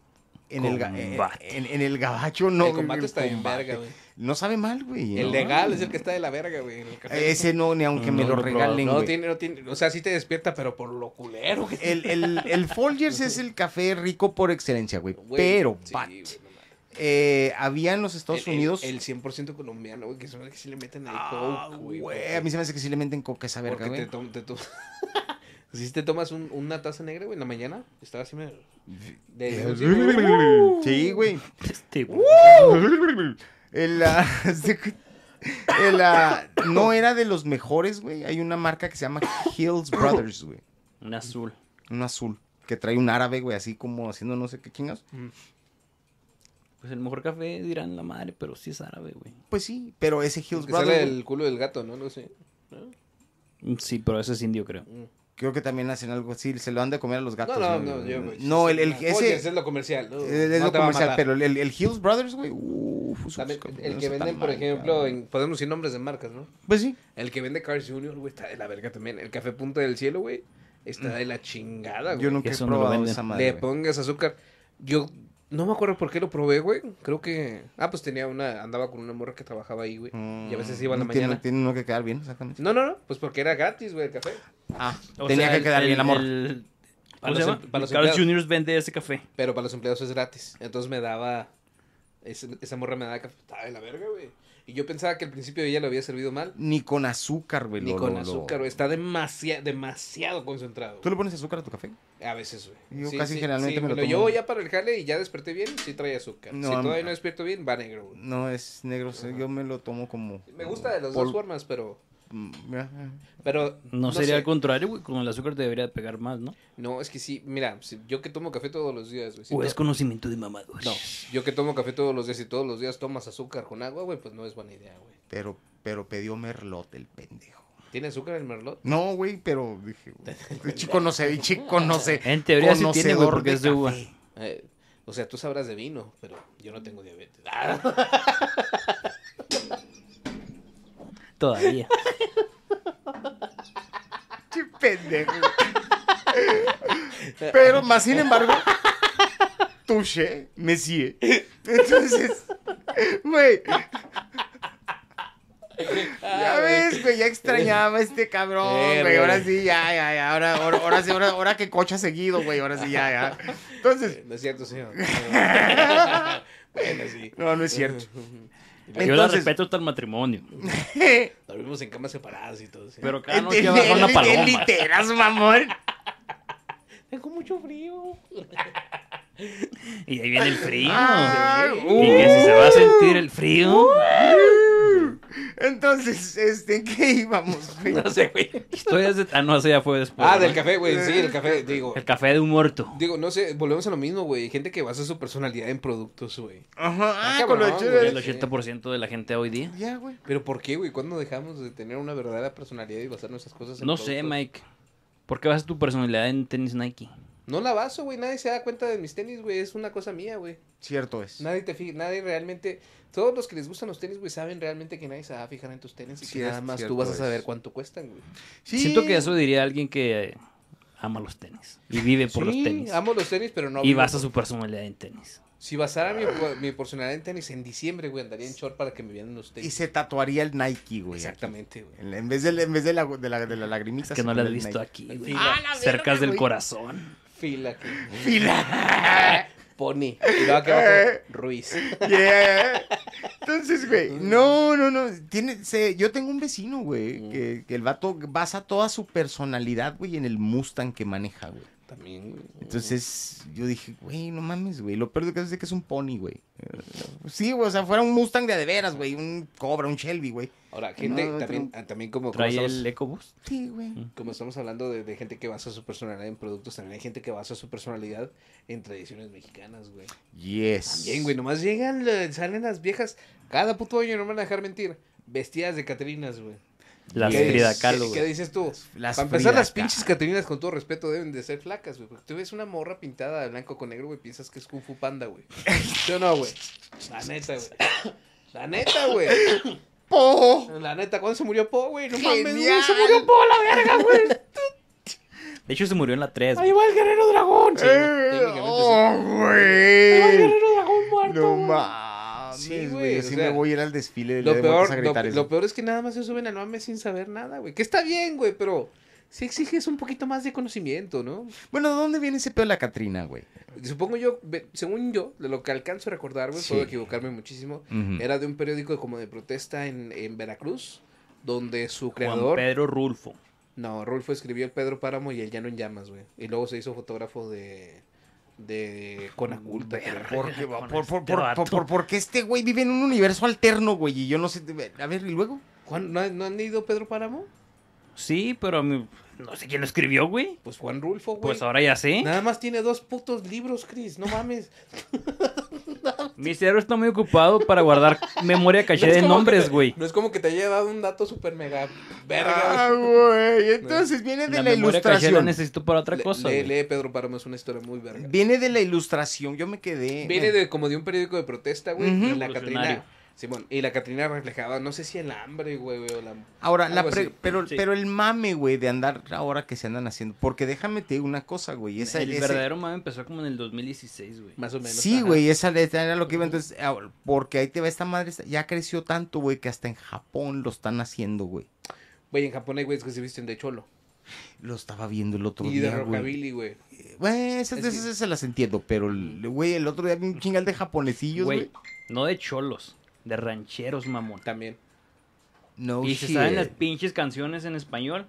[SPEAKER 2] en, el, ga- eh,
[SPEAKER 3] Combate.
[SPEAKER 2] en, en el gabacho no.
[SPEAKER 4] el combate está bien
[SPEAKER 2] combate.
[SPEAKER 4] verga, güey.
[SPEAKER 2] No sabe mal, güey.
[SPEAKER 4] El
[SPEAKER 2] ¿no?
[SPEAKER 4] legal es el que está de la verga, güey. en el café.
[SPEAKER 2] Ese no, ni aunque me
[SPEAKER 3] No
[SPEAKER 2] lo
[SPEAKER 3] lo he probado.
[SPEAKER 2] regalen,
[SPEAKER 4] no
[SPEAKER 2] güey.
[SPEAKER 4] tiene, no tiene, o sea, sí te despierta, pero por lo culero que
[SPEAKER 2] El, el, el Folgers es el café rico por excelencia, güey.
[SPEAKER 4] Güey,
[SPEAKER 2] Pero,
[SPEAKER 4] sí,
[SPEAKER 2] Pat,
[SPEAKER 4] güey, no mames.
[SPEAKER 2] eh, había en los Estados
[SPEAKER 4] El- el-
[SPEAKER 2] Unidos.
[SPEAKER 4] El, 100% colombiano, güey, que son los que sí le meten el
[SPEAKER 2] Ah,
[SPEAKER 4] coke, güey.
[SPEAKER 2] güey,
[SPEAKER 4] porque-
[SPEAKER 2] a mí se me hace que si le meten coca a esa verga,
[SPEAKER 4] Porque
[SPEAKER 2] güey.
[SPEAKER 4] te tom- te tom- si te tomas un- una taza negra, güey, en la mañana, estaba así medio-
[SPEAKER 2] Eh,
[SPEAKER 4] de-
[SPEAKER 2] Sí, güey.
[SPEAKER 3] Este,
[SPEAKER 2] uh. El, ah, este cu- el, ah, no era de los mejores, güey. Hay una marca que se llama Hills Brothers, güey.
[SPEAKER 3] un azul.
[SPEAKER 2] Un azul. Que trae un árabe, güey, así como haciendo no sé qué chingas.
[SPEAKER 3] Pues el mejor café dirán la madre, pero sí es árabe, güey.
[SPEAKER 2] Pues sí, pero ese Hills
[SPEAKER 4] que sale
[SPEAKER 2] Brothers. güey,
[SPEAKER 4] el culo del gato, ¿no? No sé. ¿no?
[SPEAKER 3] Mm, Sí, pero ese es indio, creo.
[SPEAKER 2] Creo que también hacen algo así. Se lo han de comer a los gatos.
[SPEAKER 4] no, no,
[SPEAKER 2] güey.
[SPEAKER 4] no, yo, güey,
[SPEAKER 2] No, el, el-
[SPEAKER 4] Oye,
[SPEAKER 2] ese. Eh,
[SPEAKER 4] ese es lo comercial, ¿no?
[SPEAKER 2] Es, es
[SPEAKER 4] No
[SPEAKER 2] lo
[SPEAKER 4] te va a
[SPEAKER 2] comercial,
[SPEAKER 4] matar.
[SPEAKER 2] pero el, el Hills Brothers, güey. uf, sus
[SPEAKER 4] También
[SPEAKER 2] cabrones
[SPEAKER 4] el que
[SPEAKER 2] están
[SPEAKER 4] venden, por
[SPEAKER 2] mal,
[SPEAKER 4] ejemplo,
[SPEAKER 2] cabrón.
[SPEAKER 4] en- podemos decir nombres de marcas, ¿no?
[SPEAKER 2] Pues sí.
[SPEAKER 4] El que vende Cars Junior, güey, está de la verga también. El café Punta del Cielo, güey, está de la chingada, güey.
[SPEAKER 2] Mm. Yo nunca he
[SPEAKER 3] Eso no lo
[SPEAKER 2] probado
[SPEAKER 3] venden.
[SPEAKER 2] esa
[SPEAKER 4] le
[SPEAKER 2] madre. güey.
[SPEAKER 4] pongas azúcar. Yo no me acuerdo por qué lo probé, güey. Creo que. Ah, pues tenía una. Andaba con una morra que trabajaba ahí, güey. Y a veces iba en la
[SPEAKER 2] Mm, tiene-
[SPEAKER 4] mañana.
[SPEAKER 2] Tiene uno que quedar bien, exactamente.
[SPEAKER 4] No, no, no. Pues porque era gratis, güey, el café.
[SPEAKER 2] Ah,
[SPEAKER 3] O
[SPEAKER 2] tenía
[SPEAKER 3] sea,
[SPEAKER 2] que
[SPEAKER 3] el-
[SPEAKER 2] quedar bien
[SPEAKER 3] el-
[SPEAKER 2] la morra.
[SPEAKER 3] el-
[SPEAKER 4] Para
[SPEAKER 3] ¿Cómo se
[SPEAKER 4] los em-
[SPEAKER 3] llama?
[SPEAKER 4] para los
[SPEAKER 3] Carl's
[SPEAKER 4] empleados.
[SPEAKER 3] Jr. vende ese café.
[SPEAKER 4] Pero para los empleados es gratis. Entonces me daba. ese- esa morra me daba café. Estaba de la verga, güey. Y yo pensaba que al principio ella lo había servido mal.
[SPEAKER 2] Ni con azúcar, güey.
[SPEAKER 4] Ni
[SPEAKER 2] lo-
[SPEAKER 4] con
[SPEAKER 2] lo- lo-
[SPEAKER 4] azúcar, güey. Está demasiado, demasiado concentrado.
[SPEAKER 2] ¿Tú le pones azúcar a tu café?
[SPEAKER 4] A veces, güey.
[SPEAKER 2] Yo casi generalmente me lo
[SPEAKER 4] Yo
[SPEAKER 2] tomo.
[SPEAKER 4] llevo ya para el jale y ya desperté bien, sí trae azúcar.
[SPEAKER 2] No,
[SPEAKER 4] si
[SPEAKER 2] a mí-
[SPEAKER 4] todavía no despierto bien, va negro, güey.
[SPEAKER 2] No, es negro. sí, Yo me lo tomo como.
[SPEAKER 4] Me gusta de las
[SPEAKER 2] Pol-
[SPEAKER 4] dos formas, pero.
[SPEAKER 2] Mm, ah,
[SPEAKER 4] Pero.
[SPEAKER 3] No, sería
[SPEAKER 4] sé.
[SPEAKER 3] al contrario, güey. Con el azúcar te debería pegar más, ¿no?
[SPEAKER 4] No, es que sí, mira, si- yo que tomo café todos los días, güey. si
[SPEAKER 3] o
[SPEAKER 4] to-
[SPEAKER 3] es conocimiento de mamá, güey.
[SPEAKER 4] No, yo que tomo café todos los días y todos los días tomas azúcar con agua, güey, pues no es buena idea, güey.
[SPEAKER 2] Pero, pero pidió merlot el pendejo.
[SPEAKER 4] ¿Tiene azúcar el merlot?
[SPEAKER 2] No, güey, pero dije. güey, el Chico no sé, el chico no sé.
[SPEAKER 3] En teoría sí tiene, güey,
[SPEAKER 2] conocedor
[SPEAKER 3] porque
[SPEAKER 2] de
[SPEAKER 3] es de uva.
[SPEAKER 2] café.
[SPEAKER 4] Eh, o sea, tú sabrás de vino, pero yo no tengo diabetes. Ah,
[SPEAKER 3] Todavía.
[SPEAKER 2] Qué pendejo. Pero más sin embargo, touché, me sigue. Entonces, güey. Ya ves, güey, ya extrañaba a este cabrón,
[SPEAKER 4] Eh,
[SPEAKER 2] güey. Ahora
[SPEAKER 4] güey.
[SPEAKER 2] sí, ya, ya, ya. Ahora, ahora, ahora sí, ahora, ahora que cocha seguido, güey. Ahora sí, ya, ya. Entonces,
[SPEAKER 4] No es cierto, señor. bueno, sí.
[SPEAKER 2] no, no es cierto.
[SPEAKER 3] Ah, Yo la
[SPEAKER 2] Entonces-
[SPEAKER 3] respeto hasta el matrimonio.
[SPEAKER 4] Dormimos en camas separadas y todo. sí.
[SPEAKER 3] Pero cada noche abajo una
[SPEAKER 2] En
[SPEAKER 3] paloma.
[SPEAKER 2] literas, mamón.
[SPEAKER 5] Tengo mucho frío.
[SPEAKER 3] Y
[SPEAKER 2] Ah,
[SPEAKER 3] ahí viene el frío.
[SPEAKER 2] Ay,
[SPEAKER 3] Uh. Y que si se va a sentir el frío.
[SPEAKER 2] Entonces, este, ¿en qué íbamos, güey?
[SPEAKER 5] No sé, güey.
[SPEAKER 3] Historias de... Ah, no, eso ya fue después.
[SPEAKER 4] Ah,
[SPEAKER 3] ¿no?
[SPEAKER 4] del café, güey. Sí, el café, digo.
[SPEAKER 3] El café de un muerto.
[SPEAKER 4] Digo, no sé, volvemos a lo mismo, güey. Hay Gente que basa su personalidad en productos, güey.
[SPEAKER 2] Ajá, ah,
[SPEAKER 4] Ah,
[SPEAKER 2] con lo de
[SPEAKER 4] cabrón,
[SPEAKER 2] Cheddar.
[SPEAKER 3] El 80% de la gente hoy día.
[SPEAKER 2] Ya, güey.
[SPEAKER 4] Pero ¿por qué, güey? ¿Cuándo dejamos de tener una verdadera personalidad y basar nuestras cosas en
[SPEAKER 3] No sé,
[SPEAKER 4] productos?
[SPEAKER 3] Mike. ¿Por qué basas tu personalidad en tenis Nike?
[SPEAKER 4] No la baso, güey. Nadie se da cuenta de mis tenis, güey. Es una cosa mía, güey.
[SPEAKER 2] Cierto es.
[SPEAKER 4] Nadie te fija, nadie realmente. Todos los que les gustan los tenis, güey, saben realmente que nadie se va a fijar en tus tenis y
[SPEAKER 2] Sí,
[SPEAKER 4] que
[SPEAKER 2] es
[SPEAKER 4] nada más
[SPEAKER 2] cierto
[SPEAKER 4] tú vas a saber
[SPEAKER 2] eso.
[SPEAKER 4] cuánto cuestan, güey.
[SPEAKER 2] Sí.
[SPEAKER 3] Siento que eso diría alguien que eh, ama los tenis y vive por los
[SPEAKER 4] Sí,
[SPEAKER 3] tenis.
[SPEAKER 4] Amo los tenis, pero no.
[SPEAKER 3] y
[SPEAKER 4] vivo
[SPEAKER 3] basa
[SPEAKER 4] por-
[SPEAKER 3] su personalidad en tenis.
[SPEAKER 4] Si basara mi, mi personalidad en tenis en diciembre, güey, andaría en short para que me vieran los tenis.
[SPEAKER 2] Y se tatuaría el Nike, güey.
[SPEAKER 4] Exacamente, güey.
[SPEAKER 2] En la- en vez de, en vez de, la, de, la, de la lagrimita.
[SPEAKER 3] Es que
[SPEAKER 2] se
[SPEAKER 3] no la
[SPEAKER 2] pone el
[SPEAKER 3] has visto
[SPEAKER 2] Nike.
[SPEAKER 3] aquí, güey. Cercas del corazón.
[SPEAKER 4] Fila que.
[SPEAKER 2] ¡Fila!
[SPEAKER 4] Pony. Y luego aquí abajo, Ruiz.
[SPEAKER 2] Yeah. Entonces, güey, no, no, no. Tiene, se- yo tengo un vecino, güey, que, que el vato basa toda su personalidad, güey, en el Mustang que maneja, güey.
[SPEAKER 4] También, güey.
[SPEAKER 2] Entonces, yo dije, güey, no mames, güey. Lo peor de caso es de que es un pony, güey. Sí, güey, o sea, fuera un Mustang de a de veras, güey. Un Cobra, un Shelby, güey.
[SPEAKER 4] Ahora, gente,
[SPEAKER 2] No, no,
[SPEAKER 4] también,
[SPEAKER 2] pero-
[SPEAKER 4] ah, también como, como,
[SPEAKER 3] Trae
[SPEAKER 4] estamos,
[SPEAKER 3] el EcoBoost.
[SPEAKER 2] Sí, güey.
[SPEAKER 4] como estamos hablando de, de gente que basa su personalidad en productos, también hay gente que basa su personalidad en tradiciones mexicanas, güey.
[SPEAKER 2] Yes.
[SPEAKER 4] También, güey, nomás llegan, le- salen las viejas, cada puto año no me van a dejar mentir, vestidas de Catrinas, güey.
[SPEAKER 3] Las
[SPEAKER 2] ¿Qué
[SPEAKER 4] ¿Qué
[SPEAKER 3] Frida
[SPEAKER 4] dices-
[SPEAKER 3] Kahlo,
[SPEAKER 4] ¿Qué,
[SPEAKER 3] güey.
[SPEAKER 4] qué dices tú?
[SPEAKER 2] las
[SPEAKER 4] Para empezar,
[SPEAKER 2] Frida
[SPEAKER 4] las pinches
[SPEAKER 2] Kahlo.
[SPEAKER 4] Catrinas, con todo respeto, deben de ser flacas, güey. Porque tú ves una morra pintada de blanco con negro, güey, piensas que es Kung Fu Panda, güey. ¿Sí o no, güey? La neta, güey. La neta, güey.
[SPEAKER 2] ¡Po!
[SPEAKER 4] La neta, ¿cuándo se murió Po, güey? No mames, güey,
[SPEAKER 2] Genial.
[SPEAKER 4] se murió Po, la verga, güey.
[SPEAKER 3] De hecho, se murió en la 3.
[SPEAKER 5] Ahí va el guerrero dragón.
[SPEAKER 4] Sí, técnicamente
[SPEAKER 2] ¡Oh,
[SPEAKER 5] Ahí va el
[SPEAKER 2] güey!
[SPEAKER 5] guerrero dragón muerto.
[SPEAKER 2] No
[SPEAKER 5] güey.
[SPEAKER 2] mames,
[SPEAKER 4] Sí,
[SPEAKER 2] güey.
[SPEAKER 4] güey,
[SPEAKER 2] Yo
[SPEAKER 4] o
[SPEAKER 2] sí
[SPEAKER 4] sea,
[SPEAKER 2] me voy a ir al desfile del
[SPEAKER 4] Lo
[SPEAKER 2] Día de muertos
[SPEAKER 4] peor,
[SPEAKER 2] a
[SPEAKER 4] lo,
[SPEAKER 2] gritar eso.
[SPEAKER 4] lo peor es que nada más se suben al mame sin saber nada, güey. Que está bien, güey, pero sí exiges un poquito más de conocimiento, ¿no?
[SPEAKER 2] Bueno, ¿de dónde viene ese pedo de la Catrina, güey?
[SPEAKER 4] Supongo yo, ve- según yo, de lo que alcanzo a recordar, güey,
[SPEAKER 2] Sí.
[SPEAKER 4] puedo equivocarme muchísimo,
[SPEAKER 2] Ujú.
[SPEAKER 4] era de un periódico como de protesta en, en Veracruz, donde su
[SPEAKER 3] Juan
[SPEAKER 4] creador...
[SPEAKER 3] Pedro Rulfo.
[SPEAKER 4] No, Rulfo escribió el Pedro Páramo y el Llano en Llamas, güey. Y luego se hizo fotógrafo de... de Conaculta. creo.
[SPEAKER 2] Porque,
[SPEAKER 3] Con
[SPEAKER 2] por, por,
[SPEAKER 3] este
[SPEAKER 2] por-
[SPEAKER 3] vato.
[SPEAKER 2] por- porque este güey vive en un universo alterno, güey, y yo no sé. A ver, ¿y luego?
[SPEAKER 4] ¿Cuán- ¿No, no han leído Pedro Páramo?
[SPEAKER 3] Sí, pero a mí- no sé quién lo escribió, güey.
[SPEAKER 4] Pues Juan Rulfo, güey.
[SPEAKER 3] Pues ahora ya sé.
[SPEAKER 4] Nada más tiene dos putos libros, Chris, no mames.
[SPEAKER 3] Mi cerebro está muy ocupado para guardar memoria caché
[SPEAKER 4] No es
[SPEAKER 3] de
[SPEAKER 4] como
[SPEAKER 3] nombres,
[SPEAKER 4] que te-
[SPEAKER 3] güey.
[SPEAKER 4] No es como que te haya dado un dato super mega verga.
[SPEAKER 2] Ah, güey. Entonces viene de
[SPEAKER 3] La
[SPEAKER 2] la,
[SPEAKER 3] memoria caché la
[SPEAKER 2] ilustración.
[SPEAKER 3] necesito para otra
[SPEAKER 4] Le-
[SPEAKER 3] cosa,
[SPEAKER 4] lee,
[SPEAKER 3] güey.
[SPEAKER 4] lee Pedro Páramo, es una historia muy verga.
[SPEAKER 2] Viene de la ilustración. Yo me quedé. eh,
[SPEAKER 4] Viene de, como de un periódico de protesta, güey.
[SPEAKER 2] Ujú.
[SPEAKER 4] Y la
[SPEAKER 3] Revolucionario.
[SPEAKER 4] Catrina. Simón, y la Catrina reflejaba, no sé si el hambre, güey, güey, o la.
[SPEAKER 2] Ahora, la
[SPEAKER 4] algo
[SPEAKER 2] pre-
[SPEAKER 4] así.
[SPEAKER 2] pero,
[SPEAKER 3] Sí.
[SPEAKER 2] pero el mame, güey, de andar ahora que se andan haciendo. Porque déjame te digo una cosa, güey. Esa,
[SPEAKER 3] el
[SPEAKER 2] ese-
[SPEAKER 3] verdadero mame empezó como en el 2016, güey.
[SPEAKER 4] Más o menos.
[SPEAKER 2] Sí,
[SPEAKER 4] ajá.
[SPEAKER 2] güey, esa letra era lo que iba entonces, ah, porque ahí te va esta madre, esta- ya creció tanto, güey, que hasta en Japón lo están haciendo, güey.
[SPEAKER 4] Güey, en Japón hay güeyes que se visten de cholo.
[SPEAKER 2] Lo estaba viendo el otro
[SPEAKER 4] Y de
[SPEAKER 2] día, güey.
[SPEAKER 4] rockabilly, güey.
[SPEAKER 2] Bueno, esas,
[SPEAKER 4] Es que-
[SPEAKER 2] esas se las entiendo, pero, el- güey, el otro día vi un chingal de japonesillos,
[SPEAKER 3] Güey,
[SPEAKER 2] güey.
[SPEAKER 3] no de cholos, de rancheros, mamón.
[SPEAKER 4] También.
[SPEAKER 2] No,
[SPEAKER 3] y se
[SPEAKER 2] Oh, shit.
[SPEAKER 3] saben las pinches canciones en español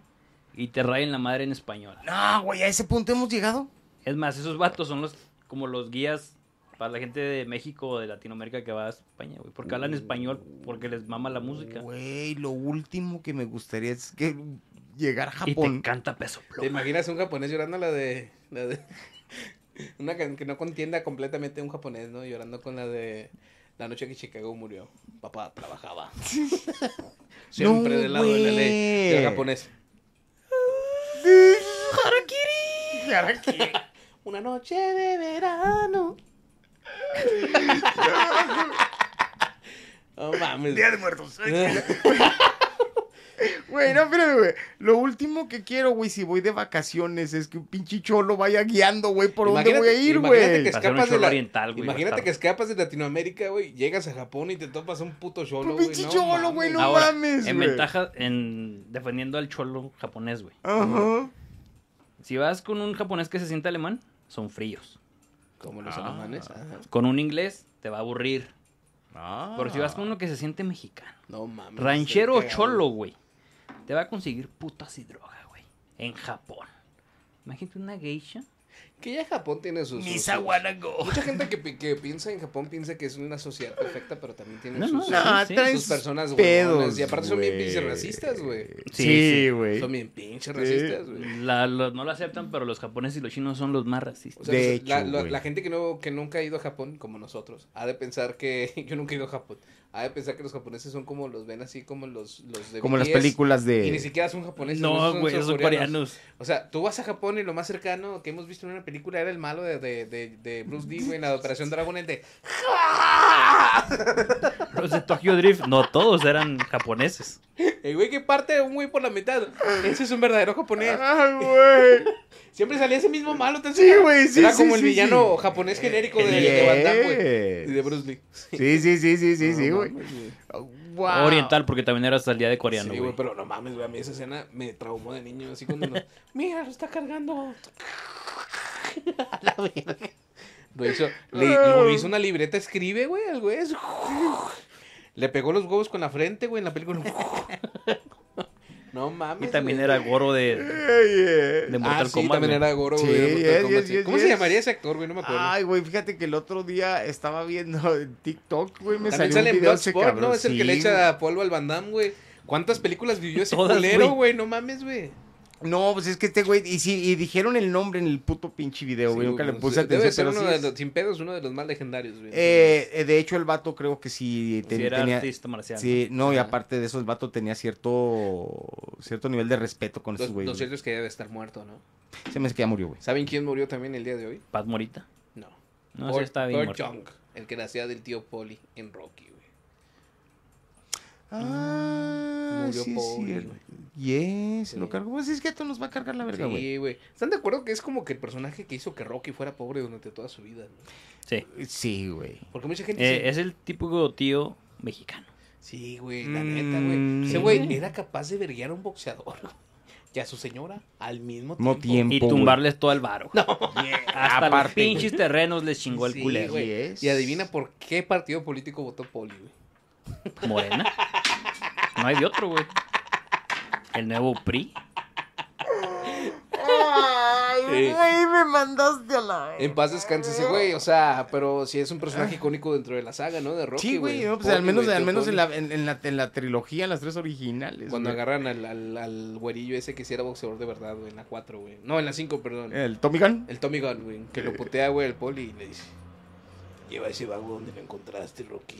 [SPEAKER 3] y te rayen la madre en español.
[SPEAKER 2] No, güey, a ese punto hemos llegado.
[SPEAKER 3] Es más, esos vatos son los como los guías para la gente de México o de Latinoamérica que va a España, güey. Porque hablan español porque les mama la música.
[SPEAKER 2] Güey, lo último que me gustaría es que llegar a
[SPEAKER 3] Y te
[SPEAKER 2] Japón.
[SPEAKER 3] encanta peso
[SPEAKER 4] ¿Te
[SPEAKER 3] pluma.
[SPEAKER 4] imaginas un japonés llorando la de. La de una can- que no contienda completamente un japonés, ¿no? Llorando con la de. La noche que Chicago murió. Papá trabajaba. Siempre
[SPEAKER 2] No,
[SPEAKER 4] del lado de la ley.
[SPEAKER 2] güey.
[SPEAKER 4] Del japonés.
[SPEAKER 2] ¡Harakiri! ¡Harakiri!
[SPEAKER 4] Una noche de verano. No mames.
[SPEAKER 2] Día de muertos. Güey, no, espérame, güey. Lo último que quiero, güey, si voy de vacaciones, es que un pinche cholo vaya guiando, güey, por dónde
[SPEAKER 4] Imagínate-
[SPEAKER 2] voy a ir,
[SPEAKER 4] imagínate que
[SPEAKER 2] güey.
[SPEAKER 3] Hacer un
[SPEAKER 4] escapas de
[SPEAKER 3] cholo
[SPEAKER 4] la-
[SPEAKER 3] oriental, güey, va a
[SPEAKER 4] Imagínate
[SPEAKER 3] estar-
[SPEAKER 4] que escapas de Latinoamérica, güey. Llegas a Japón y te topas un puto cholo,
[SPEAKER 2] Un
[SPEAKER 4] güey.
[SPEAKER 2] pinche
[SPEAKER 4] no
[SPEAKER 2] cholo, güey,
[SPEAKER 4] mames.
[SPEAKER 2] no
[SPEAKER 3] Ahora,
[SPEAKER 2] mames,
[SPEAKER 3] en
[SPEAKER 2] güey.
[SPEAKER 3] ventaja, en defendiendo al cholo japonés, güey.
[SPEAKER 2] Ajá.
[SPEAKER 3] Si vas con un japonés que se siente alemán, son fríos.
[SPEAKER 4] Como los alemanes.
[SPEAKER 3] Ah.
[SPEAKER 4] ajá.
[SPEAKER 3] Con un inglés, te va a aburrir.
[SPEAKER 2] Ah.
[SPEAKER 3] Pero si vas con uno que se siente mexicano,
[SPEAKER 4] No mames.
[SPEAKER 3] ranchero o
[SPEAKER 4] estoy cagado.
[SPEAKER 3] cholo, güey, te va a conseguir putas y droga, güey. En Japón. Imagínate una geisha
[SPEAKER 4] Que ya Japón tiene sus... sus- sus- Mucha gente que, pi- que piensa en Japón piensa que es una sociedad perfecta, pero también tiene
[SPEAKER 3] No, no,
[SPEAKER 4] sus,
[SPEAKER 3] no,
[SPEAKER 4] sus-
[SPEAKER 3] sí,
[SPEAKER 2] traen
[SPEAKER 4] sus personas
[SPEAKER 2] Ah, pedos,
[SPEAKER 4] huevonas. Y aparte son bien
[SPEAKER 2] güey.
[SPEAKER 4] pinches racistas, güey.
[SPEAKER 2] Sí, güey.
[SPEAKER 4] Son bien pinches racistas, güey.
[SPEAKER 3] La- lo- no lo aceptan, pero los japoneses y los chinos son los más
[SPEAKER 4] O
[SPEAKER 3] racistas.
[SPEAKER 4] sea,
[SPEAKER 2] De
[SPEAKER 4] los- la,
[SPEAKER 2] hecho,
[SPEAKER 4] la-
[SPEAKER 2] güey.
[SPEAKER 4] la gente que, no, que nunca ha ido a Japón, como nosotros, ha de pensar que... Yo nunca he ido a Japón. Ha de pensar que los japoneses son como los ven así, como los, los de
[SPEAKER 2] Como las
[SPEAKER 4] BTS,
[SPEAKER 2] películas de...
[SPEAKER 4] Y ni siquiera son japoneses.
[SPEAKER 3] No,
[SPEAKER 4] son
[SPEAKER 3] güey, esos son
[SPEAKER 4] surcoreanos.
[SPEAKER 3] coreanos.
[SPEAKER 4] O sea, tú vas a Japón y lo más cercano que hemos visto en una película era el malo de, de, de, de Bruce Lee, güey, en la Operación Dragon, el de...
[SPEAKER 3] Los de Tokyo Drift, no todos eran japoneses.
[SPEAKER 4] El güey que parte un güey por la mitad. Ese es un verdadero japonés.
[SPEAKER 2] ¡Ah, güey!
[SPEAKER 4] Siempre salía ese mismo malo. ¿te
[SPEAKER 2] Sí,
[SPEAKER 4] acuerdas?
[SPEAKER 2] güey, sí,
[SPEAKER 4] Era
[SPEAKER 2] sí,
[SPEAKER 4] como
[SPEAKER 2] sí,
[SPEAKER 4] el villano
[SPEAKER 2] sí. Eh,
[SPEAKER 4] japonés genérico de, de Van Damme, güey.
[SPEAKER 2] Yes.
[SPEAKER 4] Y de Bruce Lee.
[SPEAKER 2] Sí, sí, sí, sí, sí, sí,
[SPEAKER 4] No
[SPEAKER 2] güey.
[SPEAKER 4] mames,
[SPEAKER 2] Wow.
[SPEAKER 3] Oriental, porque también era salida de coreano,
[SPEAKER 4] Sí,
[SPEAKER 3] güey.
[SPEAKER 4] güey, pero no mames, güey. A mí esa escena me traumó de niño. Así cuando. nos- Mira, lo está cargando. A la verga. Lo hizo. Le, lo hizo una libreta, escribe, güey, al güey. eso. Le pegó los huevos con la frente, güey, en la película. No mames.
[SPEAKER 3] Y también
[SPEAKER 4] güey.
[SPEAKER 3] era Goro de,
[SPEAKER 2] Eh,
[SPEAKER 3] de
[SPEAKER 2] yeah.
[SPEAKER 3] Mortal
[SPEAKER 4] ah, sí,
[SPEAKER 3] Kombat.
[SPEAKER 4] también
[SPEAKER 3] güey.
[SPEAKER 4] era Goro,
[SPEAKER 2] Sí,
[SPEAKER 4] güey.
[SPEAKER 2] yes,
[SPEAKER 4] de Mortal Kombat,
[SPEAKER 2] yes,
[SPEAKER 4] sí.
[SPEAKER 2] yes,
[SPEAKER 4] ¿Cómo
[SPEAKER 2] yes. Ah,
[SPEAKER 4] se llamaría ese actor, güey? No me acuerdo.
[SPEAKER 2] Ay, güey, fíjate que el otro día estaba viendo en TikTok, güey, me
[SPEAKER 4] también
[SPEAKER 2] salió
[SPEAKER 4] sale
[SPEAKER 2] un
[SPEAKER 4] en
[SPEAKER 2] video de ese
[SPEAKER 4] Bloodsport, ¿no?
[SPEAKER 2] cabrón.
[SPEAKER 4] Es el que
[SPEAKER 2] Sí,
[SPEAKER 4] le echa polvo al Van Damme, güey. ¿Cuántas películas vivió ese
[SPEAKER 3] Todas,
[SPEAKER 4] culero,
[SPEAKER 3] güey.
[SPEAKER 4] güey? No mames, güey.
[SPEAKER 2] güey. No, pues es que este güey, y sí, y dijeron el nombre en el puto pinche video, güey,
[SPEAKER 4] Sí,
[SPEAKER 2] nunca le
[SPEAKER 4] pues,
[SPEAKER 2] puse atención.
[SPEAKER 4] Debe ser
[SPEAKER 2] pero
[SPEAKER 4] uno
[SPEAKER 2] sí
[SPEAKER 4] de
[SPEAKER 2] es-
[SPEAKER 4] los, sin pedos, uno de los más legendarios, güey.
[SPEAKER 2] Eh, eh, de hecho, el vato creo que sí
[SPEAKER 3] Sí,
[SPEAKER 2] ten-
[SPEAKER 3] era
[SPEAKER 2] tenía...
[SPEAKER 3] artista marcial.
[SPEAKER 2] Sí, no, y
[SPEAKER 4] Ajá.
[SPEAKER 2] aparte de eso, el vato tenía cierto cierto nivel de respeto con
[SPEAKER 4] Lo,
[SPEAKER 2] esos
[SPEAKER 4] lo
[SPEAKER 2] güeyes.
[SPEAKER 4] cierto es que debe estar muerto, ¿no?
[SPEAKER 2] Se me hace que ya murió, güey.
[SPEAKER 4] ¿Saben quién murió también el día de hoy?
[SPEAKER 3] Paz Morita.
[SPEAKER 4] No.
[SPEAKER 3] No, ese está bien
[SPEAKER 4] Burt
[SPEAKER 3] muerto.
[SPEAKER 4] Young, el que nacía del tío Polly en Rocky, güey.
[SPEAKER 2] Ah,
[SPEAKER 4] Murió
[SPEAKER 2] sí,
[SPEAKER 4] pobre,
[SPEAKER 2] sí.
[SPEAKER 4] güey.
[SPEAKER 2] Yes,
[SPEAKER 4] Sí.
[SPEAKER 2] lo cargó. Pues es que esto nos va a cargar la verga, güey.
[SPEAKER 4] Sí, güey. ¿Están de acuerdo que es como que el personaje que hizo que Rocky fuera pobre durante toda su vida? ¿no?
[SPEAKER 3] Sí.
[SPEAKER 2] Sí, güey.
[SPEAKER 4] Porque mucha gente...
[SPEAKER 3] Eh,
[SPEAKER 4] dice,
[SPEAKER 3] es el típico tío mexicano.
[SPEAKER 4] Sí, güey, la
[SPEAKER 2] Mm.
[SPEAKER 4] neta, güey. Ese
[SPEAKER 2] Sí,
[SPEAKER 4] güey
[SPEAKER 3] güey.
[SPEAKER 4] era capaz de verguear a un boxeador güey, y a su señora al mismo tiempo.
[SPEAKER 2] No tiempo.
[SPEAKER 3] Y
[SPEAKER 2] güey.
[SPEAKER 3] tumbarles todo el varo. güey. Hasta los
[SPEAKER 2] aparte,
[SPEAKER 3] pinches terrenos les chingó el
[SPEAKER 4] Sí,
[SPEAKER 3] culero.
[SPEAKER 4] güey.
[SPEAKER 2] Yes.
[SPEAKER 4] Y adivina por qué partido político votó Poli, güey.
[SPEAKER 3] Morena. No hay de otro, güey. El nuevo PRI.
[SPEAKER 2] Ay,
[SPEAKER 4] Sí.
[SPEAKER 2] güey, me mandaste a la.
[SPEAKER 4] En paz descanse ese güey, o sea, pero si es un personaje icónico dentro de la saga, ¿no? De Rocky,
[SPEAKER 2] Ah. Sí, güey. no, pues,
[SPEAKER 4] Poli,
[SPEAKER 2] al menos,
[SPEAKER 4] güey,
[SPEAKER 2] al
[SPEAKER 4] tío
[SPEAKER 2] menos en,
[SPEAKER 4] Poli.
[SPEAKER 2] la, en, en la, en la trilogía, las tres originales.
[SPEAKER 4] Cuando
[SPEAKER 2] güey.
[SPEAKER 4] agarran al, al, al güerillo ese que sí era boxeador de verdad, güey, en la 4, güey. No, en la 5, perdón.
[SPEAKER 2] El Tommy Gun.
[SPEAKER 4] El Tommy Gunn, güey, que lo putea, güey, el Poli y le dice... Lleva ese vago donde lo encontraste, Rocky.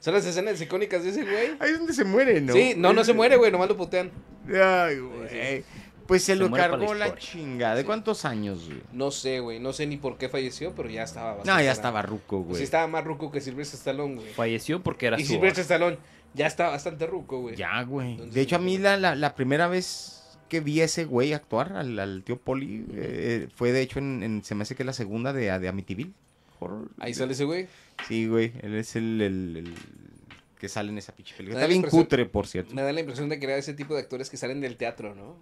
[SPEAKER 4] Son las escenas icónicas de ese güey.
[SPEAKER 2] Ahí es donde se muere, ¿no?
[SPEAKER 4] Sí, no, no se muere, güey, nomás lo putean.
[SPEAKER 2] Ay, güey. Pues se,
[SPEAKER 3] Se
[SPEAKER 2] lo
[SPEAKER 3] muere para la
[SPEAKER 2] cargó la,
[SPEAKER 3] historia.
[SPEAKER 2] chinga. ¿De
[SPEAKER 4] Sí.
[SPEAKER 2] cuántos años, güey?
[SPEAKER 4] No sé, güey, no sé ni por qué falleció, pero ya estaba
[SPEAKER 2] No,
[SPEAKER 4] bastante
[SPEAKER 2] ya
[SPEAKER 4] grande.
[SPEAKER 2] estaba ruco, güey.
[SPEAKER 4] Pues sí estaba más ruco que Silvestre Stallone, güey.
[SPEAKER 3] Falleció porque era
[SPEAKER 4] Y
[SPEAKER 3] su.
[SPEAKER 4] Silvestre Stallone ya está bastante ruco, güey.
[SPEAKER 2] Ya, güey.
[SPEAKER 4] Entonces,
[SPEAKER 2] De hecho, a mí
[SPEAKER 4] güey.
[SPEAKER 2] la, la, la primera vez que vi a ese güey actuar, al, al tío Poli, eh, fue de hecho en, en- se me hace que la segunda de, de Amityville. Horror.
[SPEAKER 4] Ahí sale ese güey.
[SPEAKER 2] Sí, güey. Él es el, el- el que sale en esa pinche película.
[SPEAKER 4] Me da
[SPEAKER 2] Está
[SPEAKER 4] la
[SPEAKER 2] bien
[SPEAKER 4] impresión-
[SPEAKER 2] cutre, por cierto.
[SPEAKER 4] Me da la impresión de que era ese tipo de actores que salen del teatro, ¿no?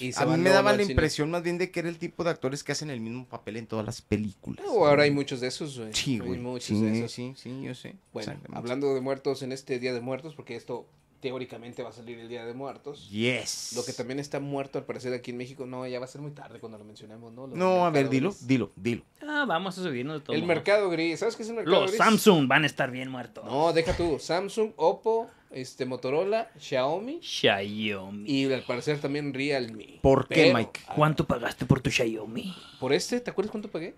[SPEAKER 4] Y se
[SPEAKER 2] A mí
[SPEAKER 4] van
[SPEAKER 2] me
[SPEAKER 4] luego
[SPEAKER 2] daba
[SPEAKER 4] al
[SPEAKER 2] la
[SPEAKER 4] cine.
[SPEAKER 2] impresión más bien de que era el tipo de actores que hacen el mismo papel en todas las películas.
[SPEAKER 4] No, ahora hay muchos de esos, güey.
[SPEAKER 2] Sí,
[SPEAKER 4] Hay
[SPEAKER 2] güey.
[SPEAKER 4] muchos
[SPEAKER 2] Sí,
[SPEAKER 4] de esos.
[SPEAKER 2] sí, sí, yo sé.
[SPEAKER 4] Bueno,
[SPEAKER 2] Exactamente.
[SPEAKER 4] hablando de muertos en este Día de Muertos, porque esto teóricamente va a salir el Día de Muertos.
[SPEAKER 2] Yes.
[SPEAKER 4] Lo que también está muerto al parecer aquí en México, no, ya va a ser muy tarde cuando lo mencionemos, ¿no? Los
[SPEAKER 2] No, a ver, dilo,
[SPEAKER 4] mercados gris.
[SPEAKER 2] dilo, dilo.
[SPEAKER 3] Ah, vamos a subirnos de todo.
[SPEAKER 4] El
[SPEAKER 3] modo.
[SPEAKER 4] mercado gris, ¿sabes qué es el mercado
[SPEAKER 3] Los
[SPEAKER 4] gris?
[SPEAKER 3] Samsung van a estar bien muertos.
[SPEAKER 4] No, deja tú, Samsung, Oppo, este Motorola, Xiaomi
[SPEAKER 3] Xiaomi.
[SPEAKER 4] y al parecer también Realme.
[SPEAKER 2] ¿Por qué,
[SPEAKER 4] Pero,
[SPEAKER 2] Mike?
[SPEAKER 4] ah,
[SPEAKER 3] ¿Cuánto pagaste por tu Xiaomi?
[SPEAKER 4] Por este, ¿te acuerdas cuánto pagué?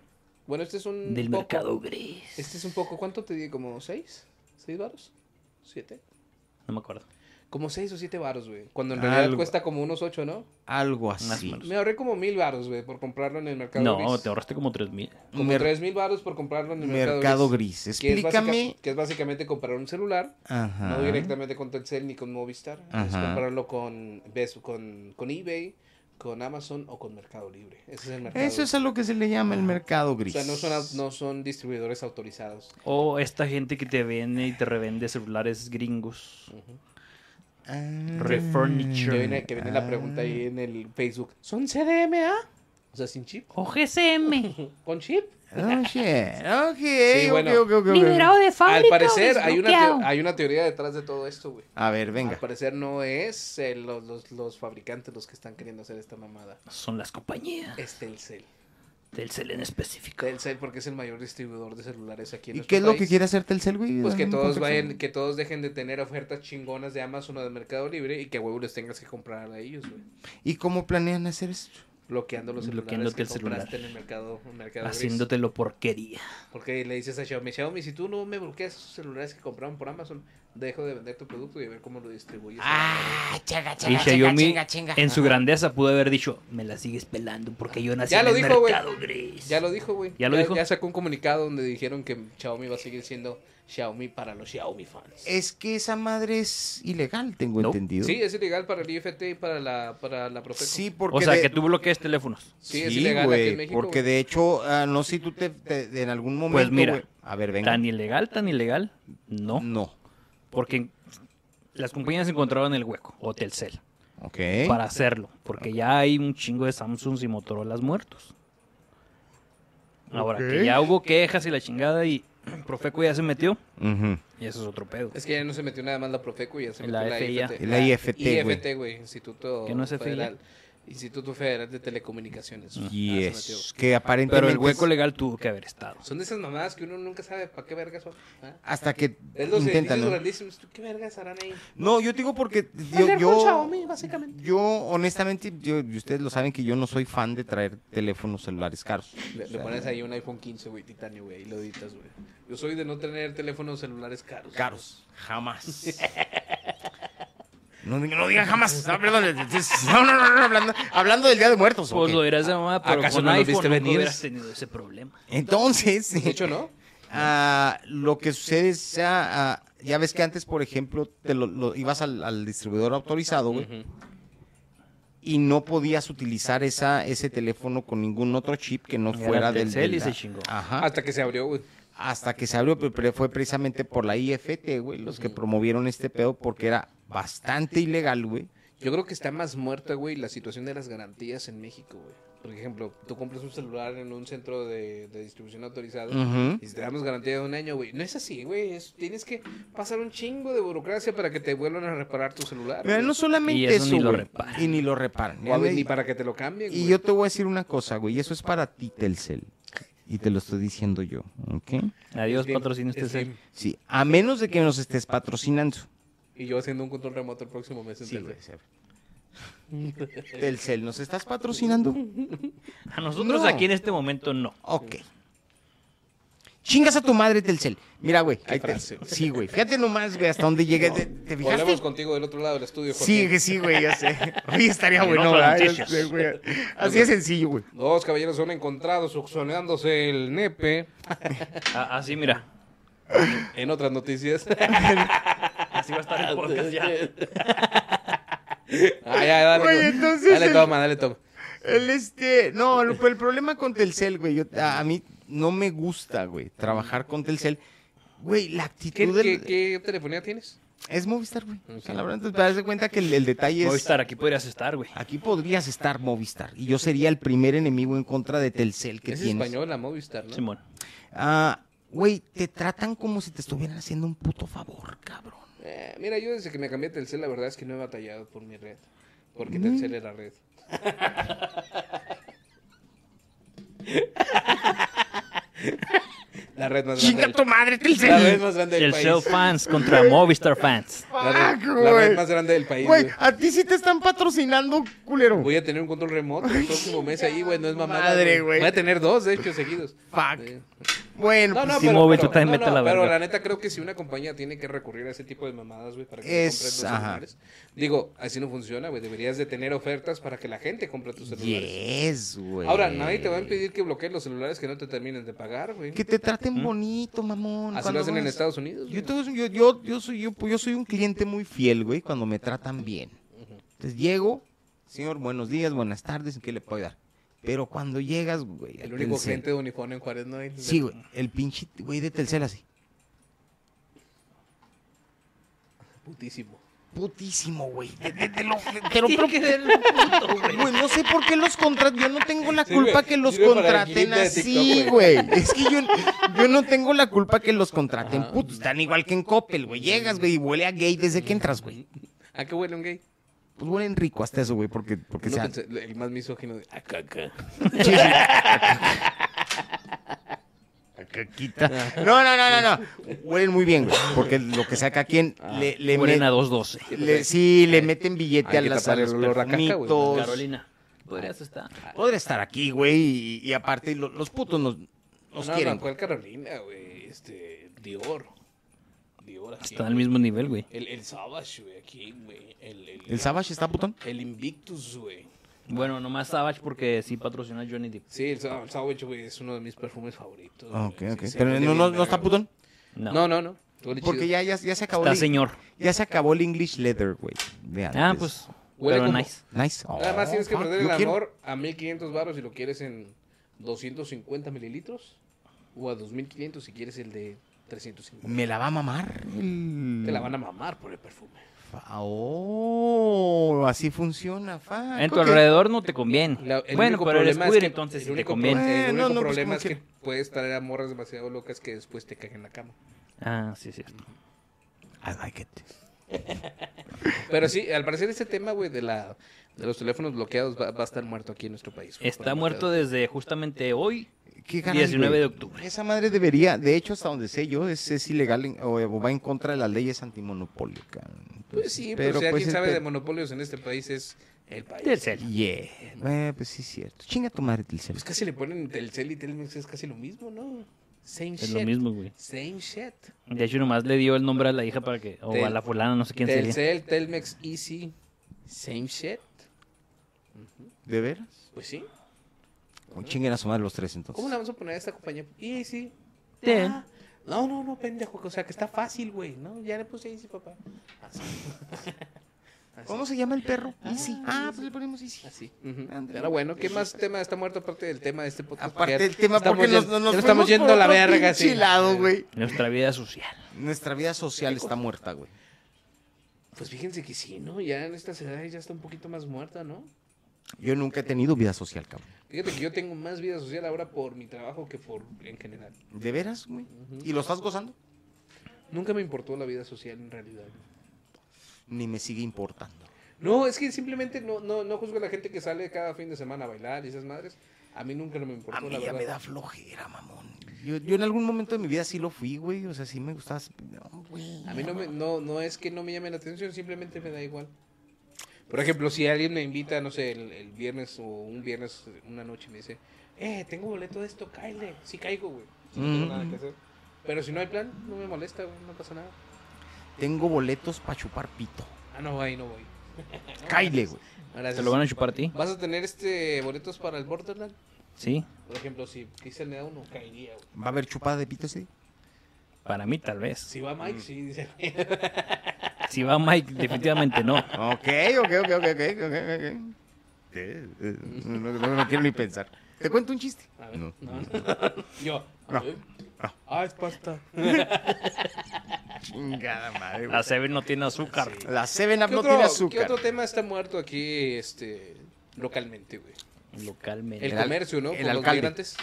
[SPEAKER 4] Bueno, este es un
[SPEAKER 3] Del
[SPEAKER 4] poco-
[SPEAKER 3] mercado gris.
[SPEAKER 4] Este es un poco, ¿cuánto te di? ¿Como seis? ¿Seis varos? ¿Siete?
[SPEAKER 3] No me acuerdo.
[SPEAKER 4] Como seis o siete varos, güey. Cuando en realidad
[SPEAKER 2] Algo.
[SPEAKER 4] cuesta como unos ocho, ¿no?
[SPEAKER 2] Algo
[SPEAKER 3] Más
[SPEAKER 2] así.
[SPEAKER 3] o menos.
[SPEAKER 4] Me ahorré como mil varos, güey, por comprarlo en el mercado
[SPEAKER 3] No,
[SPEAKER 4] gris.
[SPEAKER 3] te ahorraste como 3000.
[SPEAKER 4] Como
[SPEAKER 2] Mer-
[SPEAKER 4] tres mil varos por comprarlo en el mercado,
[SPEAKER 2] Mercado
[SPEAKER 4] gris.
[SPEAKER 2] gris.
[SPEAKER 4] Que es, básica-
[SPEAKER 2] Explícame.
[SPEAKER 4] que es básicamente comprar un celular
[SPEAKER 2] Ajá.
[SPEAKER 4] No directamente con Telcel ni con Movistar. Es
[SPEAKER 2] Ajá.
[SPEAKER 4] compararlo con, ves, con, con eBay, con Amazon o con Mercado Libre. Ese es el mercado.
[SPEAKER 2] Eso es a lo que se le llama el mercado gris.
[SPEAKER 4] O sea, no son, au- no son distribuidores autorizados.
[SPEAKER 3] O esta gente que te vende y te revende celulares gringos.
[SPEAKER 2] Ah.
[SPEAKER 3] Refurniture.
[SPEAKER 2] Ah.
[SPEAKER 4] Que viene, que viene la pregunta ahí en el Facebook. ¿Son CDMA? O sea, sin chip.
[SPEAKER 6] O GCM.
[SPEAKER 4] ¿Con chip?
[SPEAKER 2] Oh, shit. Ok,
[SPEAKER 4] Sí,
[SPEAKER 2] ok,
[SPEAKER 4] bueno.
[SPEAKER 2] ok, ok, ok.
[SPEAKER 6] Minerado de
[SPEAKER 4] Al
[SPEAKER 6] fábrica. o
[SPEAKER 4] parecer hay una,
[SPEAKER 6] desbloqueado?
[SPEAKER 4] teo- hay una teoría detrás de todo esto, güey.
[SPEAKER 2] A ver,
[SPEAKER 4] Al
[SPEAKER 2] venga.
[SPEAKER 4] parecer no es eh, los, los- los fabricantes los que están queriendo hacer esta mamada.
[SPEAKER 3] Son las compañías
[SPEAKER 4] Es Telcel.
[SPEAKER 3] del CEL en específico.
[SPEAKER 4] Telcel porque es el mayor distribuidor de celulares aquí en
[SPEAKER 2] ¿Y
[SPEAKER 4] nuestro
[SPEAKER 2] qué es lo que
[SPEAKER 4] país.
[SPEAKER 2] quiere hacer Telcel, güey?
[SPEAKER 4] Pues que
[SPEAKER 2] Dame un
[SPEAKER 4] todos
[SPEAKER 2] contexto.
[SPEAKER 4] vayan, que todos dejen de tener ofertas chingonas de Amazon o de Mercado Libre y que a huevo les tengas que comprar a ellos, güey.
[SPEAKER 2] ¿Y cómo planean hacer esto?
[SPEAKER 4] Bloqueando los celulares
[SPEAKER 3] Bloqueándote
[SPEAKER 4] que
[SPEAKER 3] el celular.
[SPEAKER 4] compraste en el mercado, en el mercado gris.
[SPEAKER 3] Haciéndotelo porquería.
[SPEAKER 4] Porque le dices a Xiaomi, Xiaomi, si tú no me bloqueas esos celulares que compraron por Amazon, dejo de vender tu producto y a ver cómo lo distribuyes.
[SPEAKER 3] Y Xiaomi, en su grandeza, pudo haber dicho: Me la sigues pelando porque yo nací
[SPEAKER 4] Ya
[SPEAKER 3] en
[SPEAKER 4] lo
[SPEAKER 3] el
[SPEAKER 4] dijo, güey.
[SPEAKER 3] mercado gris.
[SPEAKER 4] Ya lo dijo, güey.
[SPEAKER 3] ¿Ya lo dijo?
[SPEAKER 4] Ya sacó un comunicado donde dijeron que Xiaomi va a seguir siendo Xiaomi para los Xiaomi fans.
[SPEAKER 2] Es que esa madre es ilegal, tengo
[SPEAKER 3] No.
[SPEAKER 2] entendido.
[SPEAKER 4] Sí, es ilegal para el IFT y para la, para la Profeco.
[SPEAKER 2] Sí, porque...
[SPEAKER 3] O sea,
[SPEAKER 2] de-
[SPEAKER 3] que tú bloquees teléfonos.
[SPEAKER 4] Sí, es
[SPEAKER 2] Sí,
[SPEAKER 4] ilegal aquí
[SPEAKER 2] güey,
[SPEAKER 4] en México.
[SPEAKER 2] porque
[SPEAKER 4] güey.
[SPEAKER 2] de hecho, ah, no sé si tú te, te- de- en algún momento...
[SPEAKER 3] Pues mira,
[SPEAKER 2] güey- A ver, venga.
[SPEAKER 3] Tan ilegal, tan ilegal. No,
[SPEAKER 2] No.
[SPEAKER 3] porque las compañías encontraron el hueco, o Telcel,
[SPEAKER 2] Ok.
[SPEAKER 3] para hacerlo. Porque ya hay un chingo de Samsung y Motorola muertos. Ahora, que ya hubo quejas y la chingada y Profeco ya se metió.
[SPEAKER 2] Ujú.
[SPEAKER 3] Y eso es otro pedo.
[SPEAKER 4] Es que ya no se metió nada más la Profeco y ya se
[SPEAKER 3] La
[SPEAKER 4] metió
[SPEAKER 3] FIA.
[SPEAKER 4] IFT.
[SPEAKER 2] La IFT, güey.
[SPEAKER 4] IFT, güey. Instituto
[SPEAKER 3] ¿Que no es FIA?
[SPEAKER 4] Federal. Instituto Federal de Telecomunicaciones.
[SPEAKER 2] Y
[SPEAKER 4] Ah, se metió.
[SPEAKER 2] es que aparentemente...
[SPEAKER 3] Pero el hueco legal tuvo que haber estado.
[SPEAKER 4] Son de esas mamadas que uno nunca sabe para qué vergas son. ¿ah?
[SPEAKER 2] Hasta que
[SPEAKER 4] Es los
[SPEAKER 2] intentan,
[SPEAKER 4] edificios
[SPEAKER 2] ¿no?
[SPEAKER 4] grandísimos. ¿Tú qué vergas harán ahí?
[SPEAKER 2] No, yo digo porque yo,
[SPEAKER 5] Vender con
[SPEAKER 2] yo,
[SPEAKER 5] Xiaomi, básicamente.
[SPEAKER 2] yo, honestamente, yo, y ustedes lo saben que yo no soy fan de traer teléfonos celulares caros.
[SPEAKER 4] Le,
[SPEAKER 2] O
[SPEAKER 4] le
[SPEAKER 2] sea,
[SPEAKER 4] pones ahí un iPhone 15, güey, titanio, güey, y lo editas, güey. Yo soy de no tener teléfonos celulares caros.
[SPEAKER 2] caros, jamás. No, diga- no digan jamás. No, perdón, es- es- no, no, no, no, hablando, hablando del Día de Muertos.
[SPEAKER 3] Pues
[SPEAKER 2] ok.
[SPEAKER 3] lo dirás de mamá, pero
[SPEAKER 2] ¿Acaso
[SPEAKER 3] con
[SPEAKER 2] no lo
[SPEAKER 3] iPhone
[SPEAKER 2] viste
[SPEAKER 3] nunca
[SPEAKER 2] venir?
[SPEAKER 3] hubieras tenido ese problema.
[SPEAKER 2] Entonces,
[SPEAKER 4] De hecho, ¿no?
[SPEAKER 2] ah, lo que sucede es, ah, ah, ya ves que antes, por ejemplo, te lo, lo- ibas al, al distribuidor autorizado, güey, y no podías utilizar esa, ese teléfono con ningún otro chip que no
[SPEAKER 3] Era
[SPEAKER 2] fuera del...
[SPEAKER 3] Telcel
[SPEAKER 2] del-
[SPEAKER 3] y se chingó. Ah,
[SPEAKER 2] Ajá.
[SPEAKER 4] Hasta que se abrió, güey.
[SPEAKER 2] hasta que se abrió, pe- pero fue precisamente por la IFT, güey, los que promovieron este pedo porque era bastante ilegal, güey.
[SPEAKER 4] Yo creo que está más muerta, güey, la situación de las garantías en México, güey. Por ejemplo, tú compras un celular en un centro de, de distribución autorizado
[SPEAKER 2] Ujú.
[SPEAKER 4] y te damos garantía de un año, güey. No es así, güey. es- Tienes que pasar un chingo de burocracia para que te vuelvan a reparar tu celular.
[SPEAKER 2] Pero
[SPEAKER 4] güey.
[SPEAKER 2] no solamente
[SPEAKER 3] Y
[SPEAKER 2] eso,
[SPEAKER 3] eso ni lo
[SPEAKER 2] güey,
[SPEAKER 3] reparan.
[SPEAKER 2] y ni lo reparan.
[SPEAKER 4] O a ver,
[SPEAKER 2] Y-
[SPEAKER 4] ni para que te lo cambien,
[SPEAKER 2] Y
[SPEAKER 4] güey.
[SPEAKER 2] yo te voy a decir una cosa, güey, y eso es para ti, Telcel. Y te lo estoy diciendo yo, ¿ok?
[SPEAKER 3] Adiós,
[SPEAKER 4] Slim,
[SPEAKER 3] patrocina este
[SPEAKER 4] Slim.
[SPEAKER 3] ser.
[SPEAKER 2] Sí, a menos de que nos estés patrocinando.
[SPEAKER 4] Y yo haciendo un control remoto el próximo mes. en
[SPEAKER 2] Sí,
[SPEAKER 4] Telcel.
[SPEAKER 2] güey. Telcel, ¿nos estás patrocinando?
[SPEAKER 3] A nosotros
[SPEAKER 2] No.
[SPEAKER 3] aquí en este momento no.
[SPEAKER 2] Ok. Chingas a tu madre, Telcel. Mira, güey. ahí te-
[SPEAKER 4] frase, güey.
[SPEAKER 2] Sí, güey. Fíjate nomás, güey, hasta dónde llegué. ¿Te, te fijaste?
[SPEAKER 4] Volvemos contigo del otro lado del estudio, Jorge.
[SPEAKER 2] Sí, que sí, güey, ya sé. Oye, estaría
[SPEAKER 3] No
[SPEAKER 2] bueno,
[SPEAKER 3] son
[SPEAKER 2] ¿verdad? Ya
[SPEAKER 3] noticias.
[SPEAKER 2] sé, güey. Así de sencillo, güey.
[SPEAKER 4] Dos caballeros son encontrados succionándose el nepe.
[SPEAKER 3] A- Así, mira.
[SPEAKER 4] En otras noticias.
[SPEAKER 3] Así va a estar el podcast ya.
[SPEAKER 4] Ah, ya, dale.
[SPEAKER 2] Güey,
[SPEAKER 4] güey.
[SPEAKER 2] entonces
[SPEAKER 4] dale,
[SPEAKER 2] el-
[SPEAKER 4] toma, dale, toma.
[SPEAKER 2] El este, no, lo- el problema con Telcel, güey, yo- a, a mí no me gusta, güey, trabajar con Telcel. Güey, la
[SPEAKER 4] ¿Qué,
[SPEAKER 2] actitud del...
[SPEAKER 4] qué- qué telefonía tienes?
[SPEAKER 2] Es Movistar, güey.
[SPEAKER 4] Ok.
[SPEAKER 2] A la verdad, entonces, te das de cuenta que el, el detalle es...
[SPEAKER 3] Movistar, aquí podrías estar, güey.
[SPEAKER 2] Aquí podrías estar Movistar. Y yo sería el primer enemigo en contra de Telcel que
[SPEAKER 4] Es
[SPEAKER 2] tienes.
[SPEAKER 4] española, Movistar, ¿no?
[SPEAKER 3] Simón.
[SPEAKER 2] Ah, güey, te tratan como si te estuvieran haciendo un puto favor, cabrón.
[SPEAKER 4] Eh, mira, yo desde que me cambié a Telcel, la verdad es que no he batallado por mi red. Porque
[SPEAKER 2] Mm.
[SPEAKER 4] Telcel era red. la red más grande.
[SPEAKER 2] ¡Chinga
[SPEAKER 4] del-
[SPEAKER 2] tu madre,
[SPEAKER 4] La red
[SPEAKER 2] Telcel!
[SPEAKER 4] más grande del
[SPEAKER 3] El
[SPEAKER 4] país.
[SPEAKER 3] Cell fans contra Movistar fans.
[SPEAKER 4] La red,
[SPEAKER 2] Fuck,
[SPEAKER 4] la red
[SPEAKER 2] güey.
[SPEAKER 4] más grande del país.
[SPEAKER 2] Güey,
[SPEAKER 4] güey.
[SPEAKER 2] a ti sí te están patrocinando, culero.
[SPEAKER 4] Voy a tener un control remoto el próximo mes ahí, güey. No es mamada.
[SPEAKER 2] Madre, güey.
[SPEAKER 4] Voy a tener dos, de hecho, seguidos.
[SPEAKER 2] Fuck.
[SPEAKER 4] Sí.
[SPEAKER 2] Bueno,
[SPEAKER 4] No,
[SPEAKER 2] pues
[SPEAKER 4] no,
[SPEAKER 2] sí,
[SPEAKER 4] pero,
[SPEAKER 3] móvil,
[SPEAKER 4] pero-
[SPEAKER 3] tú también
[SPEAKER 4] no,
[SPEAKER 3] vete a
[SPEAKER 4] no,
[SPEAKER 3] la
[SPEAKER 4] pero
[SPEAKER 3] verga.
[SPEAKER 4] la neta creo que si una compañía tiene que recurrir a ese tipo de mamadas, güey, para que te
[SPEAKER 2] Es-
[SPEAKER 4] compren los
[SPEAKER 2] ajá.
[SPEAKER 4] celulares. Digo, así no funciona, güey. Deberías de tener ofertas para que la gente compre tus celulares.
[SPEAKER 2] Yes, güey.
[SPEAKER 4] Ahora, nadie te va a impedir que bloquees los celulares que no te terminen de pagar, güey.
[SPEAKER 2] Que te traten bonito, mamón.
[SPEAKER 4] Así lo
[SPEAKER 2] cuando
[SPEAKER 4] hacen en
[SPEAKER 2] vas-
[SPEAKER 4] Estados Unidos.
[SPEAKER 2] Yo,
[SPEAKER 4] güey.
[SPEAKER 2] te- yo, yo, yo soy, yo, yo soy un cliente muy fiel, güey, cuando me tratan bien. Entonces llego, señor, buenos días, buenas tardes, ¿en qué le puedo dar? Pero cuando llegas, güey. a
[SPEAKER 4] El único
[SPEAKER 2] Telcel-
[SPEAKER 4] cliente de uniforme en Juárez no hay.
[SPEAKER 2] Sí, güey, el pinche güey de Telcel así.
[SPEAKER 4] Putísimo.
[SPEAKER 2] putísimo, güey. Te, te- te lo- te- te lo pro- Güey, no sé por qué los contratan. Yo no tengo la
[SPEAKER 4] Sirve-
[SPEAKER 2] culpa que los
[SPEAKER 4] sirve para el
[SPEAKER 2] contraten
[SPEAKER 4] clip de
[SPEAKER 2] así,
[SPEAKER 4] TikTok,
[SPEAKER 2] güey. Es que yo, yo no tengo la culpa que los contraten. Putos, están igual que en Coppel, güey. Llegas, güey, y huele a gay desde que entras, güey.
[SPEAKER 4] ¿A Ah, qué huele un gay?
[SPEAKER 2] Pues huelen rico hasta eso, güey, porque, porque
[SPEAKER 4] No
[SPEAKER 2] sea-
[SPEAKER 4] pensé- el más misógino de a caca.
[SPEAKER 2] Sí, sí. Caquita. No, no, no, no, no. Huelen muy bien, güey. Porque lo que saca quien le, le
[SPEAKER 3] Huelen
[SPEAKER 2] met-
[SPEAKER 3] a 212.
[SPEAKER 2] le- sí, le meten billete
[SPEAKER 4] Hay
[SPEAKER 2] a
[SPEAKER 4] que
[SPEAKER 2] las a
[SPEAKER 4] tapar
[SPEAKER 2] los
[SPEAKER 4] el olor a caca, güey.
[SPEAKER 2] perfumitos.
[SPEAKER 3] Carolina, podrías estar.
[SPEAKER 2] Podría estar aquí, güey. Y, y aparte, lo- los putos nos, nos
[SPEAKER 4] no,
[SPEAKER 2] Pues
[SPEAKER 4] pues,
[SPEAKER 2] quieren.
[SPEAKER 4] no, ¿cuál Carolina, güey? Este, Dior. Dior aquí.
[SPEAKER 3] Están al mismo nivel, güey.
[SPEAKER 4] El, el Savage, güey, aquí, güey. El, el,
[SPEAKER 2] ¿El Savage está putón?
[SPEAKER 4] el Invictus, güey.
[SPEAKER 3] Bueno, nomás Savage porque sí patrocina Johnny Depp.
[SPEAKER 4] Sí, el, Sa- el Savage, güey, es uno de mis perfumes favoritos.
[SPEAKER 2] Ah, ok,
[SPEAKER 4] güey. Sí,
[SPEAKER 2] ok.
[SPEAKER 4] se
[SPEAKER 2] Pero
[SPEAKER 4] huele
[SPEAKER 2] no,
[SPEAKER 4] bien
[SPEAKER 2] no, no
[SPEAKER 4] verga,
[SPEAKER 2] está
[SPEAKER 4] güey.
[SPEAKER 2] putón.
[SPEAKER 3] No,
[SPEAKER 4] No, no, no. Huele
[SPEAKER 2] Porque
[SPEAKER 4] chido.
[SPEAKER 2] ya, ya, ya se acabó.
[SPEAKER 3] está
[SPEAKER 2] el-
[SPEAKER 3] señor.
[SPEAKER 2] Ya se acabó el English Leather, güey. de
[SPEAKER 3] Ah,
[SPEAKER 2] antes.
[SPEAKER 3] pues,
[SPEAKER 4] Huele
[SPEAKER 3] pero
[SPEAKER 4] como-
[SPEAKER 3] nice.
[SPEAKER 2] Nice. Oh,
[SPEAKER 4] Nada más tienes que
[SPEAKER 2] fuck,
[SPEAKER 4] perder
[SPEAKER 2] yo
[SPEAKER 4] el
[SPEAKER 2] quiero-
[SPEAKER 4] amor a 1500 baros si lo quieres en 250 mililitros. O a 2500 si quieres el de 350.
[SPEAKER 2] Me la va a mamar. el-
[SPEAKER 4] Te la van a mamar por el perfume.
[SPEAKER 2] Fa- Oh, así funciona, fa.
[SPEAKER 3] En tu
[SPEAKER 2] Ok.
[SPEAKER 3] alrededor no te conviene.
[SPEAKER 4] Ah, La- el
[SPEAKER 3] bueno,
[SPEAKER 4] único
[SPEAKER 3] pero eres
[SPEAKER 4] problema es
[SPEAKER 3] queer,
[SPEAKER 4] que-
[SPEAKER 3] entonces
[SPEAKER 4] el
[SPEAKER 3] sí te
[SPEAKER 4] único
[SPEAKER 3] conviene.
[SPEAKER 4] problema- el
[SPEAKER 2] Bueno,
[SPEAKER 4] único
[SPEAKER 2] no, pues,
[SPEAKER 4] problema
[SPEAKER 2] ¿cómo
[SPEAKER 4] es que
[SPEAKER 2] que-
[SPEAKER 4] puedes traer a morras demasiado locas que después te caguen en la cama.
[SPEAKER 3] Ah, sí, sí.
[SPEAKER 2] I like it.
[SPEAKER 4] Pero sí, al parecer este tema, güey, de la de los teléfonos bloqueados va, va a estar muerto aquí en nuestro país. güey, por
[SPEAKER 3] Está
[SPEAKER 4] el
[SPEAKER 3] muerto
[SPEAKER 4] pedo.
[SPEAKER 3] desde justamente hoy.
[SPEAKER 2] Qué ganas,
[SPEAKER 3] 19
[SPEAKER 2] güey.
[SPEAKER 3] de octubre.
[SPEAKER 2] Esa madre debería, de hecho, hasta donde sé yo, es, es ilegal en- o, o va en contra de las leyes antimonopolio. cabrón.
[SPEAKER 4] Pues sí, pero, si
[SPEAKER 2] pues,
[SPEAKER 4] alguien
[SPEAKER 2] es
[SPEAKER 4] sabe
[SPEAKER 2] pe-
[SPEAKER 4] de monopolios en este país es el país.
[SPEAKER 3] Tercero.
[SPEAKER 2] Yeah. Eh, pues sí, es cierto. Chinga tu madre, Telcel.
[SPEAKER 4] Pues casi le ponen Telcel y Telmex es casi lo mismo, ¿no? Same
[SPEAKER 3] Es
[SPEAKER 4] shit.
[SPEAKER 3] lo mismo, güey.
[SPEAKER 4] Same shit.
[SPEAKER 3] De hecho, nomás le dio el nombre a la hija para que. O
[SPEAKER 4] Tel-
[SPEAKER 3] a la fulana, no sé quién sería.
[SPEAKER 4] Telcel, Telmex, Easy. Same shit.
[SPEAKER 2] ¿De veras?
[SPEAKER 4] Pues sí.
[SPEAKER 2] O chinguen a su madre los tres, entonces.
[SPEAKER 4] ¿Cómo le vamos a poner a esta compañía? Easy.
[SPEAKER 3] Tel.
[SPEAKER 4] Ah, No, no, no, pendejo. O sea, que está fácil, güey, ¿no? Ya le puse Easy, papá. Así. Así.
[SPEAKER 2] ¿Cómo se llama el perro? Easy. Ah, pues le ponemos Easy.
[SPEAKER 4] Así. ujú.
[SPEAKER 2] Ándale.
[SPEAKER 4] Pero bueno, ¿qué más tema está muerto aparte del tema de este podcast?
[SPEAKER 2] Aparte
[SPEAKER 4] Porque
[SPEAKER 2] del tema,
[SPEAKER 4] estamos
[SPEAKER 2] porque nos,
[SPEAKER 4] yendo-
[SPEAKER 2] nos
[SPEAKER 4] ya estamos
[SPEAKER 2] fuimos
[SPEAKER 4] yendo
[SPEAKER 2] por
[SPEAKER 4] a la
[SPEAKER 2] otro
[SPEAKER 4] verga,
[SPEAKER 2] pinche
[SPEAKER 4] sí.
[SPEAKER 2] lado, güey.
[SPEAKER 3] Nuestra vida social.
[SPEAKER 2] Nuestra vida social está muerta, güey.
[SPEAKER 4] Pues fíjense que sí, ¿no? Ya en estas edades ya está un poquito más muerta, ¿no?
[SPEAKER 2] Yo nunca he tenido vida social, cabrón.
[SPEAKER 4] Fíjate que yo tengo más vida social ahora por mi trabajo que por en general.
[SPEAKER 2] ¿De veras, güey? ¿Y lo estás gozando?
[SPEAKER 4] Nunca me importó la vida social en realidad.
[SPEAKER 2] Ni me sigue importando.
[SPEAKER 4] No, es que simplemente no, no, no juzgo a la gente que sale cada fin de semana a bailar y esas madres. A mí nunca no me importó
[SPEAKER 2] A mí
[SPEAKER 4] la
[SPEAKER 2] ya
[SPEAKER 4] verdad.
[SPEAKER 2] me da flojera, mamón. Yo, yo en algún momento de mi vida sí lo fui, güey. O sea, sí me gustaba. No, güey.
[SPEAKER 4] A mí no, me- no, no es que no me llame la atención, simplemente me da igual. Por
[SPEAKER 2] Pues
[SPEAKER 4] ejemplo, si alguien me invita, no sé, el, el viernes o un viernes, una noche, y me dice, eh, tengo boleto de esto, cáele. Sí caigo, güey. Sí, no tengo
[SPEAKER 2] Mm.
[SPEAKER 4] nada que hacer. Pero si no hay plan, no me molesta, güey, no pasa nada.
[SPEAKER 2] Tengo boletos para chupar pito.
[SPEAKER 4] Ah, no voy, no voy.
[SPEAKER 2] Caile, güey.
[SPEAKER 4] Gracias.
[SPEAKER 3] ¿Te lo van a chupar a ti?
[SPEAKER 4] ¿Vas a tener este boletos para el Borderland?
[SPEAKER 3] Sí.
[SPEAKER 4] Por ejemplo, si Cristian le da uno, caería, güey.
[SPEAKER 2] ¿Va a haber chupada de pito sí?
[SPEAKER 3] Para mí, tal vez.
[SPEAKER 4] Si va
[SPEAKER 2] Mm.
[SPEAKER 4] Mike, sí, dice.
[SPEAKER 3] Si va Mike, definitivamente no.
[SPEAKER 2] Ok, ok, ok, ok, ok, ok, ok. Eh, eh, No, no- no quiero ni pensar. ¿Te cuento un chiste?
[SPEAKER 4] A ver,
[SPEAKER 2] No.
[SPEAKER 4] no. Yo. a
[SPEAKER 2] No,
[SPEAKER 4] ver. Ah, es pasta.
[SPEAKER 2] Chingada madre, güey.
[SPEAKER 3] La Seven no tiene azúcar.
[SPEAKER 2] La 7 Up
[SPEAKER 4] ¿Qué
[SPEAKER 2] no
[SPEAKER 4] otro,
[SPEAKER 2] tiene
[SPEAKER 4] qué
[SPEAKER 2] azúcar.
[SPEAKER 4] otro tema está muerto aquí, este, localmente, güey?
[SPEAKER 3] Localmente.
[SPEAKER 4] El,
[SPEAKER 3] El,
[SPEAKER 2] al-
[SPEAKER 4] comercio, ¿no?
[SPEAKER 2] el
[SPEAKER 4] Por los
[SPEAKER 2] alcalde.
[SPEAKER 4] migrantes.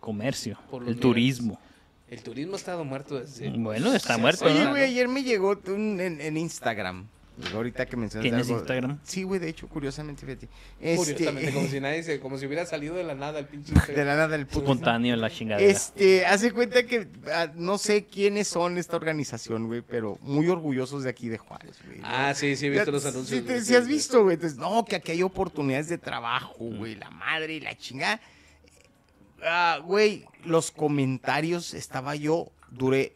[SPEAKER 3] comercio.
[SPEAKER 4] Por los
[SPEAKER 3] El turismo.
[SPEAKER 4] El turismo ha estado muerto desde...
[SPEAKER 3] Mm, Bueno, está
[SPEAKER 4] Sí,
[SPEAKER 3] muerto,
[SPEAKER 4] sí,
[SPEAKER 2] Oye,
[SPEAKER 3] ¿no?
[SPEAKER 2] güey, ayer me llegó un- en, en Instagram. Pues Ahorita que mencionas
[SPEAKER 3] ¿Tienes
[SPEAKER 2] algo-
[SPEAKER 3] Instagram?
[SPEAKER 2] Sí, güey, de hecho, curiosamente, fíjate.
[SPEAKER 4] Curiosamente, como
[SPEAKER 2] Este,
[SPEAKER 4] si nadie se... Como si hubiera salido de la nada el pinche...
[SPEAKER 2] de la nada el puto.
[SPEAKER 3] Espontáneo la chingadera.
[SPEAKER 2] Este, hace cuenta que ah, no sé quiénes son esta organización, güey, pero muy orgullosos de aquí de Juárez, güey.
[SPEAKER 4] Ah, sí, sí, he visto
[SPEAKER 2] Ya,
[SPEAKER 4] los
[SPEAKER 2] sí
[SPEAKER 4] anuncios. este,
[SPEAKER 2] te-
[SPEAKER 4] güey,
[SPEAKER 2] sí
[SPEAKER 4] sí,
[SPEAKER 2] has
[SPEAKER 4] sí.
[SPEAKER 2] visto, güey. Entonces, no, que aquí hay oportunidades de trabajo, güey, la madre y la chingada. Ah, güey, los comentarios, estaba yo, duré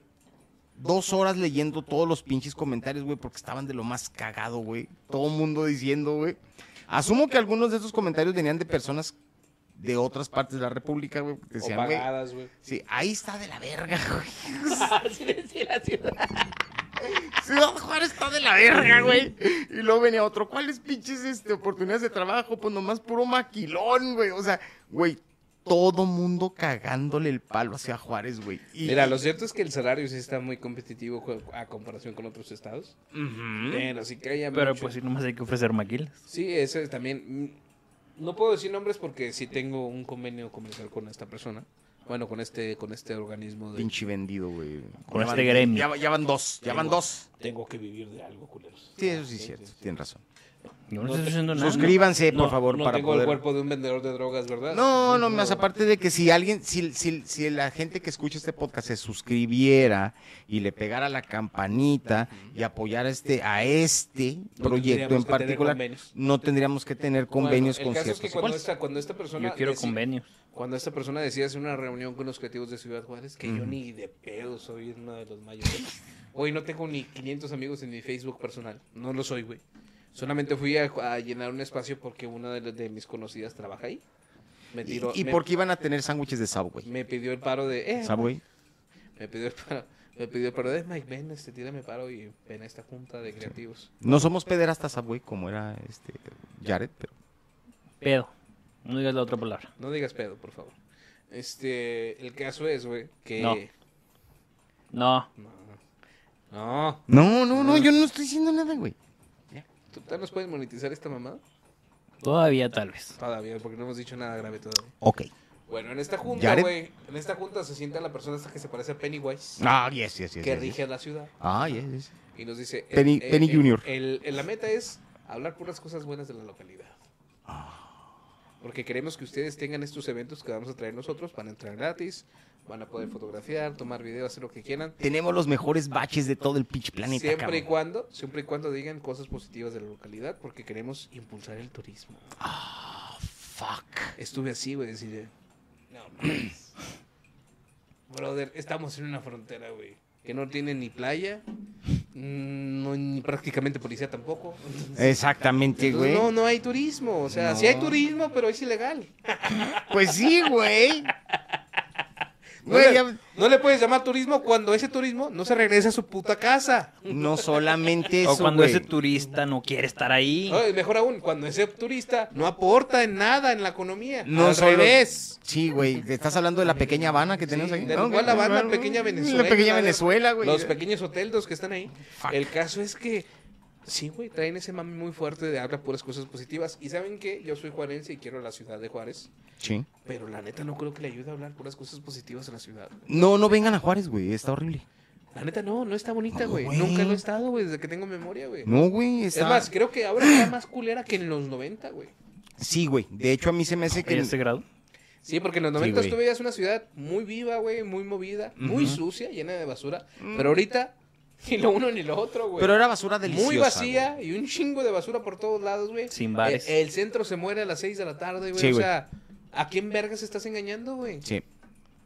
[SPEAKER 2] dos horas leyendo todos los pinches comentarios, güey, porque estaban de lo más cagado, güey. Todo el mundo diciendo, güey. Asumo que algunos de esos comentarios venían de personas de otras partes de la República, güey, que
[SPEAKER 4] O
[SPEAKER 2] decían, güey.
[SPEAKER 4] pagadas, güey.
[SPEAKER 2] Sí, ahí está de la verga, güey.
[SPEAKER 4] Así decía la ciudad.
[SPEAKER 2] Ciudad Juárez está de la verga, güey. Y luego venía otro, ¿cuáles pinches este, oportunidades de trabajo? Pues nomás puro maquilón, güey. O sea, güey, todo mundo cagándole el palo hacia Juárez, güey. Y-
[SPEAKER 4] Mira, lo cierto es que el salario sí está muy competitivo co- a comparación con otros estados. Pero sí que haya
[SPEAKER 3] ¿Mm? Pero
[SPEAKER 4] mucho.
[SPEAKER 3] pues sí, nomás hay que ofrecer maquilas.
[SPEAKER 4] Sí, eso es también. mm, No puedo decir nombres porque sí tengo un convenio comercial con esta persona. Bueno, con este, con este organismo de
[SPEAKER 2] Pinche vendido, güey.
[SPEAKER 3] Con
[SPEAKER 2] Ya
[SPEAKER 3] este
[SPEAKER 2] van-
[SPEAKER 3] gremio.
[SPEAKER 2] Ya, va- ya van dos, ya van dos.
[SPEAKER 4] tengo que vivir de algo, culeros.
[SPEAKER 2] Sí, eso sí es cierto, tienes razón.
[SPEAKER 3] Yo no, estoy haciendo nada.
[SPEAKER 2] Suscríbanse, por
[SPEAKER 4] No,
[SPEAKER 2] favor,
[SPEAKER 4] no
[SPEAKER 2] para
[SPEAKER 4] tengo el
[SPEAKER 2] poder...
[SPEAKER 4] cuerpo de un vendedor de drogas, ¿verdad?
[SPEAKER 2] No, no, más aparte de que si alguien, si, si, si la gente que escucha este podcast se suscribiera y le pegara la campanita y apoyara este, a este
[SPEAKER 4] No
[SPEAKER 2] proyecto en
[SPEAKER 4] tendríamos que tener
[SPEAKER 2] particular,
[SPEAKER 4] convenios.
[SPEAKER 2] no tendríamos que tener
[SPEAKER 4] Bueno,
[SPEAKER 2] convenios
[SPEAKER 4] el
[SPEAKER 2] con
[SPEAKER 4] caso es
[SPEAKER 2] ciertos.
[SPEAKER 4] que cuando
[SPEAKER 2] ¿Cuál?
[SPEAKER 4] esta, cuando esta persona
[SPEAKER 3] Yo quiero
[SPEAKER 4] deci-
[SPEAKER 3] convenios.
[SPEAKER 4] Cuando esta persona decide hacer una reunión con los creativos de Ciudad Juárez, que yo ni de pedo soy uno de los mayores. Hoy no tengo ni 500 amigos en mi Facebook personal. No lo soy, güey. Solamente fui a, a llenar un espacio porque una de, las- de mis conocidas trabaja ahí. Me tiró,
[SPEAKER 2] Y, y
[SPEAKER 4] me,
[SPEAKER 2] porque iban a tener sándwiches de Subway.
[SPEAKER 4] me pidió el paro de... Eh,
[SPEAKER 2] Subway.
[SPEAKER 4] me pidió el paro. Me pidió el paro de Mike, ven, este, tírame paro y ven a esta junta de creativos.
[SPEAKER 2] No somos pederastas Subway como era este Jared, pero
[SPEAKER 3] Pedo. No digas la otra palabra.
[SPEAKER 4] No digas pedo, por favor. Este, el caso es, güey, que...
[SPEAKER 3] No. No.
[SPEAKER 4] No.
[SPEAKER 2] no, no, no, yo no estoy diciendo nada, güey.
[SPEAKER 4] ¿Tú todavía nos puedes monetizar esta mamada?
[SPEAKER 3] Todavía tal vez.
[SPEAKER 4] Todavía, porque no hemos dicho nada grave todavía.
[SPEAKER 2] Ok.
[SPEAKER 4] Bueno, en esta junta,
[SPEAKER 2] Jared.
[SPEAKER 4] güey, en esta junta se sienta la persona esta que se parece a Pennywise,
[SPEAKER 2] Ah, yes, yes, yes.
[SPEAKER 4] que
[SPEAKER 2] yes,
[SPEAKER 4] rige
[SPEAKER 2] yes.
[SPEAKER 4] a la ciudad,
[SPEAKER 2] Ah, yes, yes.
[SPEAKER 4] y nos dice... eh,
[SPEAKER 2] Penny-
[SPEAKER 4] eh,
[SPEAKER 2] Penny
[SPEAKER 4] eh,
[SPEAKER 2] Junior.
[SPEAKER 4] el- el- la meta es hablar puras cosas buenas de la localidad. Porque queremos que ustedes tengan estos eventos que vamos a traer nosotros, van a entrar gratis, van a poder fotografiar, tomar video, hacer lo que quieran.
[SPEAKER 2] Tenemos los mejores baches de todo el pitch planeta.
[SPEAKER 4] siempre y
[SPEAKER 2] cabrón.
[SPEAKER 4] cuando, siempre y cuando digan cosas positivas de la localidad, porque queremos impulsar el turismo.
[SPEAKER 2] Fuck.
[SPEAKER 4] Estuve así, güey, decir, eh, no mames. Brother, estamos en una frontera, güey, que no tiene ni playa, mm, no, ni prácticamente policía tampoco.
[SPEAKER 2] Exactamente,
[SPEAKER 4] Entonces,
[SPEAKER 2] güey.
[SPEAKER 4] no, no hay turismo, o sea, sí hay turismo, pero es ilegal.
[SPEAKER 2] Pues sí, güey.
[SPEAKER 4] No,
[SPEAKER 2] Güey,
[SPEAKER 4] le,
[SPEAKER 2] ya-
[SPEAKER 4] no le puedes llamar turismo cuando ese turismo no se regresa a su puta casa.
[SPEAKER 2] no solamente eso,
[SPEAKER 3] o cuando
[SPEAKER 2] güey.
[SPEAKER 3] ese turista no quiere estar ahí.
[SPEAKER 4] No, y mejor aún, cuando ese turista no aporta en nada en la economía.
[SPEAKER 2] No
[SPEAKER 4] al
[SPEAKER 2] solo-
[SPEAKER 4] revés.
[SPEAKER 2] Sí, güey, ¿te estás hablando de la pequeña Habana que tenemos
[SPEAKER 4] Sí,
[SPEAKER 2] aquí.
[SPEAKER 4] de
[SPEAKER 2] No,
[SPEAKER 4] igual la
[SPEAKER 2] güey,
[SPEAKER 4] Habana,
[SPEAKER 2] no,
[SPEAKER 4] pequeña
[SPEAKER 2] no,
[SPEAKER 4] Venezuela.
[SPEAKER 2] La pequeña Venezuela, güey.
[SPEAKER 4] Los pequeños hoteldos que están ahí.
[SPEAKER 2] Fuck.
[SPEAKER 4] El caso es que, sí, güey, traen ese mami muy fuerte de habla puras cosas positivas. Y saben que yo soy juarense y quiero la ciudad de Juárez.
[SPEAKER 2] Sí.
[SPEAKER 4] Pero la neta no creo que le ayude a hablar puras cosas positivas a la ciudad.
[SPEAKER 2] No, no vengan a Juárez, güey, está horrible.
[SPEAKER 4] La neta no, no está bonita, güey.
[SPEAKER 2] güey.
[SPEAKER 4] Nunca lo he estado, güey, desde que tengo memoria, güey.
[SPEAKER 2] No, güey, está...
[SPEAKER 4] Es más, creo que ahora está más culera que en los 90, güey.
[SPEAKER 2] Sí, güey, de hecho a mí se me hace
[SPEAKER 3] ¿A
[SPEAKER 2] que...
[SPEAKER 3] ese este grado?
[SPEAKER 4] Sí, porque en los 90
[SPEAKER 2] güey.
[SPEAKER 4] tú veías una ciudad muy viva, güey, muy movida, muy sucia, llena de basura. Pero ahorita, ni lo uno ni lo otro, güey.
[SPEAKER 2] Mm. Pero era basura deliciosa,
[SPEAKER 4] Muy vacía
[SPEAKER 2] güey.
[SPEAKER 4] y un chingo de basura por todos lados, güey. Eh,
[SPEAKER 3] Sin bares.
[SPEAKER 4] El, el centro se muere a las 6 de la tarde, güey.
[SPEAKER 2] Sí,
[SPEAKER 4] o
[SPEAKER 2] güey.
[SPEAKER 4] sea, ¿a quién vergas estás engañando, güey?
[SPEAKER 2] Sí.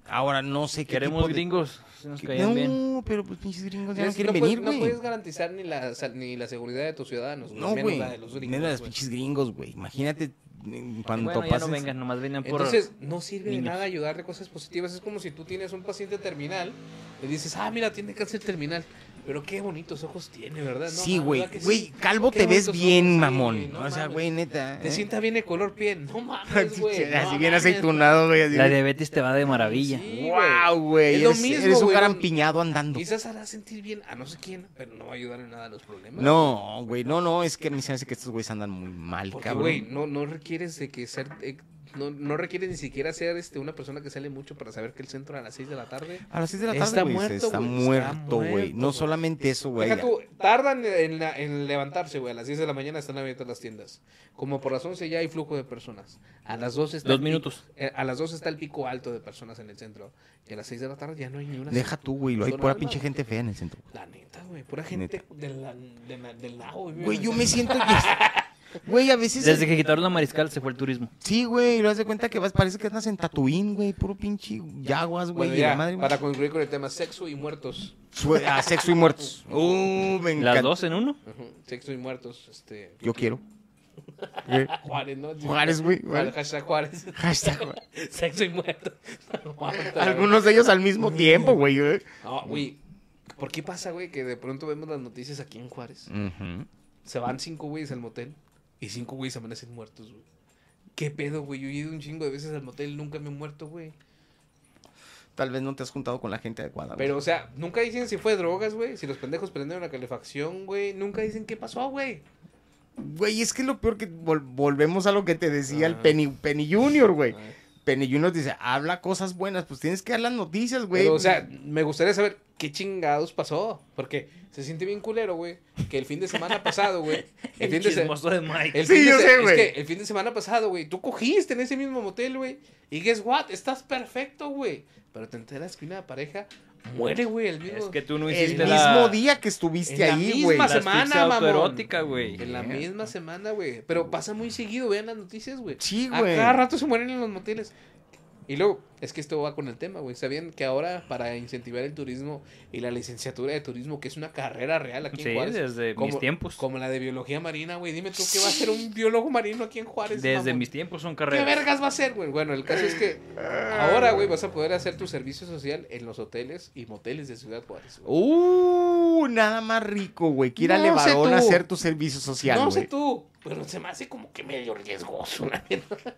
[SPEAKER 2] Ahora no sé qué
[SPEAKER 3] Queremos
[SPEAKER 2] tipo de-
[SPEAKER 3] gringos. Si nos
[SPEAKER 2] que-
[SPEAKER 3] caían
[SPEAKER 2] no,
[SPEAKER 3] bien.
[SPEAKER 2] pero pues pinches gringos ya no
[SPEAKER 4] Es-
[SPEAKER 2] quieren
[SPEAKER 4] puedes-
[SPEAKER 2] venir, güey.
[SPEAKER 4] no puedes garantizar ni la, sal- ni la seguridad de tus ciudadanos, güey.
[SPEAKER 2] No,
[SPEAKER 4] menos
[SPEAKER 2] güey.
[SPEAKER 4] la de los gringos.
[SPEAKER 2] Menos las
[SPEAKER 4] güey.
[SPEAKER 2] pinches gringos, güey. Imagínate en cuanto
[SPEAKER 3] Bueno, ya
[SPEAKER 2] pases.
[SPEAKER 3] no vengan, nomás vengan por...
[SPEAKER 4] Entonces, no sirve de
[SPEAKER 3] niños.
[SPEAKER 4] nada ayudarle cosas positivas. Es como si tú tienes un paciente terminal, le dices, ah, mira, tiene cáncer terminal. Pero qué bonitos ojos tiene, ¿verdad? No,
[SPEAKER 2] sí,
[SPEAKER 4] mames,
[SPEAKER 2] güey.
[SPEAKER 4] ¿verdad que
[SPEAKER 2] Güey,
[SPEAKER 4] sí?
[SPEAKER 2] calvo
[SPEAKER 4] Qué
[SPEAKER 2] te ves
[SPEAKER 4] bonitos
[SPEAKER 2] bien,
[SPEAKER 4] ojos, sí,
[SPEAKER 2] mamón.
[SPEAKER 4] no
[SPEAKER 2] o sea,
[SPEAKER 4] mames.
[SPEAKER 2] güey, neta.
[SPEAKER 4] Te
[SPEAKER 2] ¿eh?
[SPEAKER 4] sienta bien el color piel. No mames, güey. no
[SPEAKER 2] así bien
[SPEAKER 4] mames.
[SPEAKER 2] aceitunado, güey.
[SPEAKER 3] La
[SPEAKER 2] Así.
[SPEAKER 3] diabetes te va de maravilla.
[SPEAKER 4] Sí, güey.
[SPEAKER 2] Wow, güey.
[SPEAKER 4] Es lo
[SPEAKER 2] Eres,
[SPEAKER 4] mismo,
[SPEAKER 2] eres un
[SPEAKER 4] güey,
[SPEAKER 2] gran
[SPEAKER 4] no-
[SPEAKER 2] piñado andando.
[SPEAKER 4] Quizás hará sentir bien a no sé quién, pero no va a ayudar en nada a los problemas.
[SPEAKER 2] No, güey. No, no. Es que a mí se me hace que estos güeyes andan muy mal,
[SPEAKER 4] Porque,
[SPEAKER 2] cabrón.
[SPEAKER 4] güey, no, no requieres de que ser... eh, no, no requiere ni siquiera ser este, una persona que sale mucho para saber que el centro a las 6 de la tarde...
[SPEAKER 2] A las 6 de la tarde,
[SPEAKER 4] Está
[SPEAKER 2] güey, se
[SPEAKER 4] muerto,
[SPEAKER 2] está
[SPEAKER 4] güey, está
[SPEAKER 2] muerto, güey.
[SPEAKER 4] muerto,
[SPEAKER 2] No
[SPEAKER 4] güey.
[SPEAKER 2] solamente eso, güey.
[SPEAKER 4] Deja tú, tardan en, la- en levantarse, güey. A las 10 de la mañana están abiertas las tiendas. Como por las 11 ya hay flujo de personas. A las 12 está
[SPEAKER 3] Dos
[SPEAKER 4] el pico-
[SPEAKER 3] minutos.
[SPEAKER 4] eh, a las 12 está el pico alto de personas en el centro. Y a las 6 de la tarde ya no hay ni una.
[SPEAKER 2] Deja tú, güey. Lo hay
[SPEAKER 4] Son
[SPEAKER 2] pura
[SPEAKER 4] almas,
[SPEAKER 2] pinche
[SPEAKER 4] güey.
[SPEAKER 2] gente fea en el centro.
[SPEAKER 4] La neta, güey. Pura gente del la, de la- del lado,
[SPEAKER 2] Güey, yo me siento. Güey, a veces.
[SPEAKER 3] Desde que quitaron la mariscal se fue el turismo.
[SPEAKER 2] Sí, güey, lo das de cuenta que vas, parece que andas en Tatooine, güey, puro pinche yaguas, güey,
[SPEAKER 4] Bueno,
[SPEAKER 2] y la
[SPEAKER 4] ya,
[SPEAKER 2] madre, güey.
[SPEAKER 4] para concluir con el tema sexo y muertos.
[SPEAKER 2] Sue- a sexo y muertos. Uh, me encanta.
[SPEAKER 3] Las dos en uno.
[SPEAKER 4] Ujú, Sexo y muertos, este...
[SPEAKER 2] Yo quiero. Güey,
[SPEAKER 4] Juárez, ¿no?
[SPEAKER 2] Juárez, güey, Juárez.
[SPEAKER 4] Hashtag Juárez.
[SPEAKER 2] hashtag, güey.
[SPEAKER 4] Sexo y muertos. No, mames,
[SPEAKER 2] Algunos de ellos al mismo tiempo, güey. eh.
[SPEAKER 4] No, güey. ¿Por qué pasa, güey, que de pronto vemos las noticias aquí en Juárez? Se van cinco güeyes al motel y cinco güeyes amanecen muertos, güey. ¿Qué pedo, güey? Yo he ido un chingo de veces al motel, nunca me he muerto, güey.
[SPEAKER 2] Tal vez no te has juntado con la gente adecuada. güey.
[SPEAKER 4] Pero, o sea, nunca dicen si fue drogas, güey. Si los pendejos prendieron la calefacción, güey. Nunca dicen qué pasó, güey.
[SPEAKER 2] Güey, es que lo peor que vol- volvemos a lo que te decía el
[SPEAKER 4] Ah.
[SPEAKER 2] Penny, Penny Junior, güey.
[SPEAKER 4] Ah.
[SPEAKER 2] Penny Junior dice, habla cosas buenas, pues tienes que dar las noticias, güey.
[SPEAKER 4] Pero, o sea, me gustaría saber qué chingados pasó. Porque se siente bien culero, güey. Que el fin de semana pasado, güey. El fin de se-
[SPEAKER 3] chismoso de Mike.
[SPEAKER 4] el
[SPEAKER 2] Sí,
[SPEAKER 4] fin de
[SPEAKER 2] yo
[SPEAKER 4] se-
[SPEAKER 2] sé,
[SPEAKER 4] es
[SPEAKER 2] güey.
[SPEAKER 4] que el fin de semana pasado, güey, tú cogiste en ese mismo motel, güey. Y guess what? Estás perfecto, güey. Pero te enteras que una pareja muere, güey, el mismo.
[SPEAKER 3] Es que tú no
[SPEAKER 2] el
[SPEAKER 3] hiciste
[SPEAKER 2] mismo
[SPEAKER 3] la...
[SPEAKER 2] día que estuviste
[SPEAKER 4] en la
[SPEAKER 2] ahí,
[SPEAKER 4] misma
[SPEAKER 2] güey.
[SPEAKER 3] la
[SPEAKER 4] se- semana,
[SPEAKER 3] asfixia
[SPEAKER 4] mamón.
[SPEAKER 3] autoerótica, güey.
[SPEAKER 4] En la misma semana, güey. Pero pasa muy seguido, vean las noticias, güey.
[SPEAKER 2] Sí,
[SPEAKER 4] A
[SPEAKER 2] güey.
[SPEAKER 4] cada rato se mueren en los moteles. Y luego, es que esto va con el tema, güey. ¿Sabían que ahora para incentivar el turismo y la licenciatura de turismo, que es una carrera real aquí en
[SPEAKER 3] Sí,
[SPEAKER 4] Juárez?
[SPEAKER 3] desde mis tiempos.
[SPEAKER 4] Como la de biología marina, güey. Dime tú, ¿qué va a hacer un biólogo marino aquí en Juárez?
[SPEAKER 3] Desde
[SPEAKER 4] mamón?
[SPEAKER 3] mis tiempos son
[SPEAKER 4] ¿Qué
[SPEAKER 3] carreras.
[SPEAKER 4] vergas va a hacer, güey? Bueno, el caso es que ahora, güey, vas a poder hacer tu servicio social en los hoteles y moteles de Ciudad Juárez. güey.
[SPEAKER 2] Uh, nada más rico, güey. Que ir a
[SPEAKER 4] No sé
[SPEAKER 2] Levarón a
[SPEAKER 4] tú.
[SPEAKER 2] hacer tu servicio social,
[SPEAKER 4] no
[SPEAKER 2] güey.
[SPEAKER 4] sé tú, pero se me hace como que medio riesgoso, la verdad.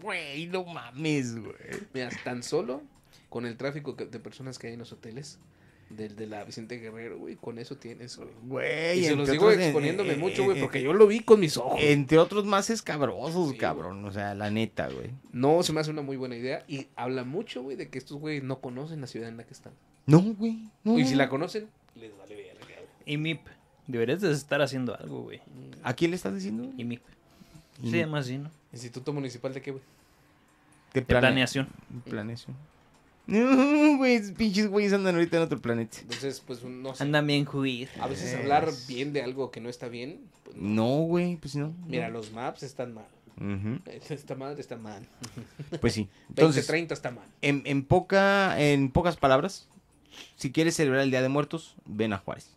[SPEAKER 2] Güey, no mames, güey.
[SPEAKER 4] Mira, tan solo con el tráfico que- de personas que hay en los hoteles, del de la Vicente Guerrero, güey, con eso tienes, güey.
[SPEAKER 2] Güey,
[SPEAKER 4] Y se los
[SPEAKER 2] entre
[SPEAKER 4] digo
[SPEAKER 2] otros, eh,
[SPEAKER 4] exponiéndome
[SPEAKER 2] eh,
[SPEAKER 4] mucho,
[SPEAKER 2] eh,
[SPEAKER 4] güey,
[SPEAKER 2] eh,
[SPEAKER 4] porque yo lo vi con mis ojos.
[SPEAKER 2] Entre otros más escabrosos,
[SPEAKER 4] Sí,
[SPEAKER 2] cabrón. O sea, la neta, güey.
[SPEAKER 4] No, se me hace una muy buena idea y habla mucho, güey, de que estos güeyes no conocen la ciudad en la que están.
[SPEAKER 2] No, güey. No.
[SPEAKER 4] Y si la conocen, les vale verga, güey.
[SPEAKER 3] Y MIP. Deberías de estar haciendo algo, güey.
[SPEAKER 2] ¿A quién le estás diciendo?
[SPEAKER 3] Y MIP.
[SPEAKER 2] Y-
[SPEAKER 3] Sí, además sí, ¿no?
[SPEAKER 4] Instituto Municipal de qué, güey.
[SPEAKER 2] De
[SPEAKER 3] De
[SPEAKER 2] plane-
[SPEAKER 3] planeación.
[SPEAKER 2] planeación. No, güey, esos pinches güeyes andan ahorita en otro planeta.
[SPEAKER 4] Entonces, pues, no sé.
[SPEAKER 3] Anda bien, juir.
[SPEAKER 4] A veces hablar bien de algo que no está bien, pues, no.
[SPEAKER 2] No, güey, pues no. no.
[SPEAKER 4] mira, los maps están mal.
[SPEAKER 2] Ujú,
[SPEAKER 4] Esta madre está mal.
[SPEAKER 2] Pues sí. Entonces,
[SPEAKER 4] Entonces, 30 está mal.
[SPEAKER 2] en, en poca, en pocas palabras, si quieres celebrar el Día de Muertos, ven a Juárez.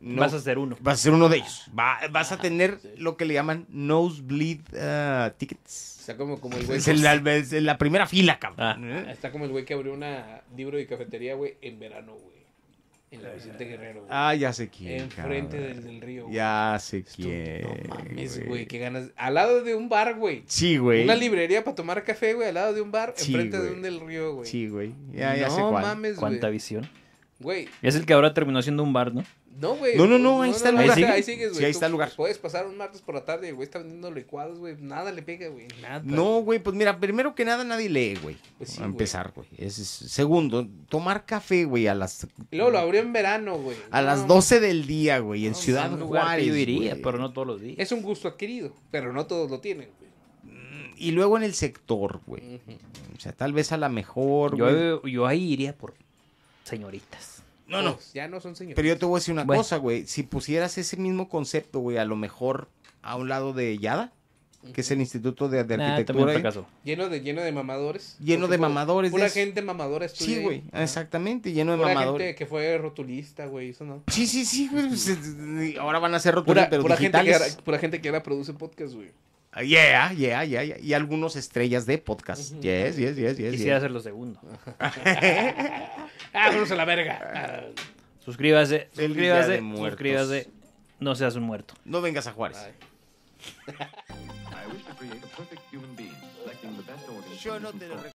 [SPEAKER 2] No-
[SPEAKER 3] Vas a ser uno.
[SPEAKER 2] vas a ser uno de ellos. Va- vas a tener lo que le llaman nosebleed ah,
[SPEAKER 4] O
[SPEAKER 2] tickets.
[SPEAKER 4] sea, como, como
[SPEAKER 3] Pues
[SPEAKER 4] el güey.
[SPEAKER 2] Es el- la, es la primera fila, cabrón.
[SPEAKER 3] Ah.
[SPEAKER 2] ¿eh?
[SPEAKER 4] Está como el güey que abrió una libro y cafetería, güey, en verano, güey. En la Vicente Guerrero, güey.
[SPEAKER 2] Ah, ya sé quién.
[SPEAKER 4] Enfrente
[SPEAKER 2] cabrón.
[SPEAKER 4] del, del río, güey.
[SPEAKER 2] Ya sé
[SPEAKER 4] Tú,
[SPEAKER 2] quién.
[SPEAKER 4] No mames, güey, qué ganas. Al lado de un bar, güey.
[SPEAKER 2] Sí, güey.
[SPEAKER 4] Una librería para tomar café, güey, al lado de un bar,
[SPEAKER 2] Sí,
[SPEAKER 4] enfrente de
[SPEAKER 2] güey.
[SPEAKER 4] un del río, güey.
[SPEAKER 2] Sí, güey. Ya, ya
[SPEAKER 4] no
[SPEAKER 2] sé cuál.
[SPEAKER 4] mames, güey.
[SPEAKER 3] Cuánta visión.
[SPEAKER 4] Güey,
[SPEAKER 3] Es el que ahora terminó siendo un bar, ¿no?
[SPEAKER 4] no, güey.
[SPEAKER 2] No, no, no, ahí está el
[SPEAKER 3] lugar.
[SPEAKER 4] Ahí,
[SPEAKER 3] ¿Ahí
[SPEAKER 4] ahí
[SPEAKER 2] sigue?
[SPEAKER 4] sigues, güey.
[SPEAKER 2] Sí, ahí
[SPEAKER 4] Tú
[SPEAKER 2] está el lugar.
[SPEAKER 4] Puedes pasar un martes por la tarde, güey, está vendiendo licuados, güey. Nada le pega, güey. Nada.
[SPEAKER 2] No, güey, pues mira, primero que nada nadie lee, güey.
[SPEAKER 4] Pues sí,
[SPEAKER 2] a
[SPEAKER 4] güey.
[SPEAKER 2] empezar, güey. Ese es- Segundo, tomar café, güey, a las
[SPEAKER 4] Y luego lo abrió en verano, güey.
[SPEAKER 2] a
[SPEAKER 4] No,
[SPEAKER 2] las 12 del día, güey, en
[SPEAKER 4] No,
[SPEAKER 2] Ciudad
[SPEAKER 3] Un lugar
[SPEAKER 2] Juárez.
[SPEAKER 3] que yo iría,
[SPEAKER 2] güey.
[SPEAKER 3] pero no todos los días.
[SPEAKER 4] Es un gusto adquirido, pero no todos lo tienen, güey.
[SPEAKER 2] Y luego en el sector, güey.
[SPEAKER 4] Ujú.
[SPEAKER 2] O sea, tal vez a la mejor, güey.
[SPEAKER 3] Yo, yo ahí iría por señoritas.
[SPEAKER 2] No, no.
[SPEAKER 4] Pues, ya no son señores.
[SPEAKER 2] Pero yo te voy a decir una
[SPEAKER 3] Bueno.
[SPEAKER 2] cosa, güey. Si pusieras ese mismo concepto, güey, a lo mejor a un lado de Yada, que es el Instituto de, de
[SPEAKER 3] Nah, Ah, también
[SPEAKER 2] Arquitectura. ¿eh?
[SPEAKER 3] fracaso.
[SPEAKER 4] Lleno de, lleno de mamadores.
[SPEAKER 2] Lleno de
[SPEAKER 4] Porque pura-
[SPEAKER 2] mamadores, de
[SPEAKER 4] Pura
[SPEAKER 2] esos.
[SPEAKER 4] gente mamadora estudia
[SPEAKER 2] Sí,
[SPEAKER 4] ahí.
[SPEAKER 2] güey, ah,
[SPEAKER 4] Ajá.
[SPEAKER 2] exactamente, lleno de
[SPEAKER 4] Ah. Pura
[SPEAKER 2] mamadores.
[SPEAKER 4] gente que fue rotulista, güey, eso no.
[SPEAKER 2] Sí, sí, sí, güey. pues, eh, Ahora van a ser roturas,
[SPEAKER 4] Pura,
[SPEAKER 2] pero
[SPEAKER 4] pura gente que
[SPEAKER 2] digitales.
[SPEAKER 4] ahora, pura gente que ahora produce podcast, güey.
[SPEAKER 2] Ah, Yeah, yeah, yeah, yeah. Y algunos estrellas de podcast. Yes, yes, yes, yes.
[SPEAKER 3] Quisiera
[SPEAKER 2] yes.
[SPEAKER 3] ser lo segundo.
[SPEAKER 4] Ah, vámonos a la verga. Ah,
[SPEAKER 3] Suscríbase,
[SPEAKER 2] Feliz Día de
[SPEAKER 3] suscríbase,
[SPEAKER 2] Muertos.
[SPEAKER 3] suscríbase. No seas un muerto.
[SPEAKER 2] No vengas a Juárez.
[SPEAKER 4] ay.
[SPEAKER 6] I wish to create a perfect human being, selecting the best organs.
[SPEAKER 2] Yo
[SPEAKER 6] from
[SPEAKER 2] no
[SPEAKER 6] different
[SPEAKER 2] te lo
[SPEAKER 6] parts.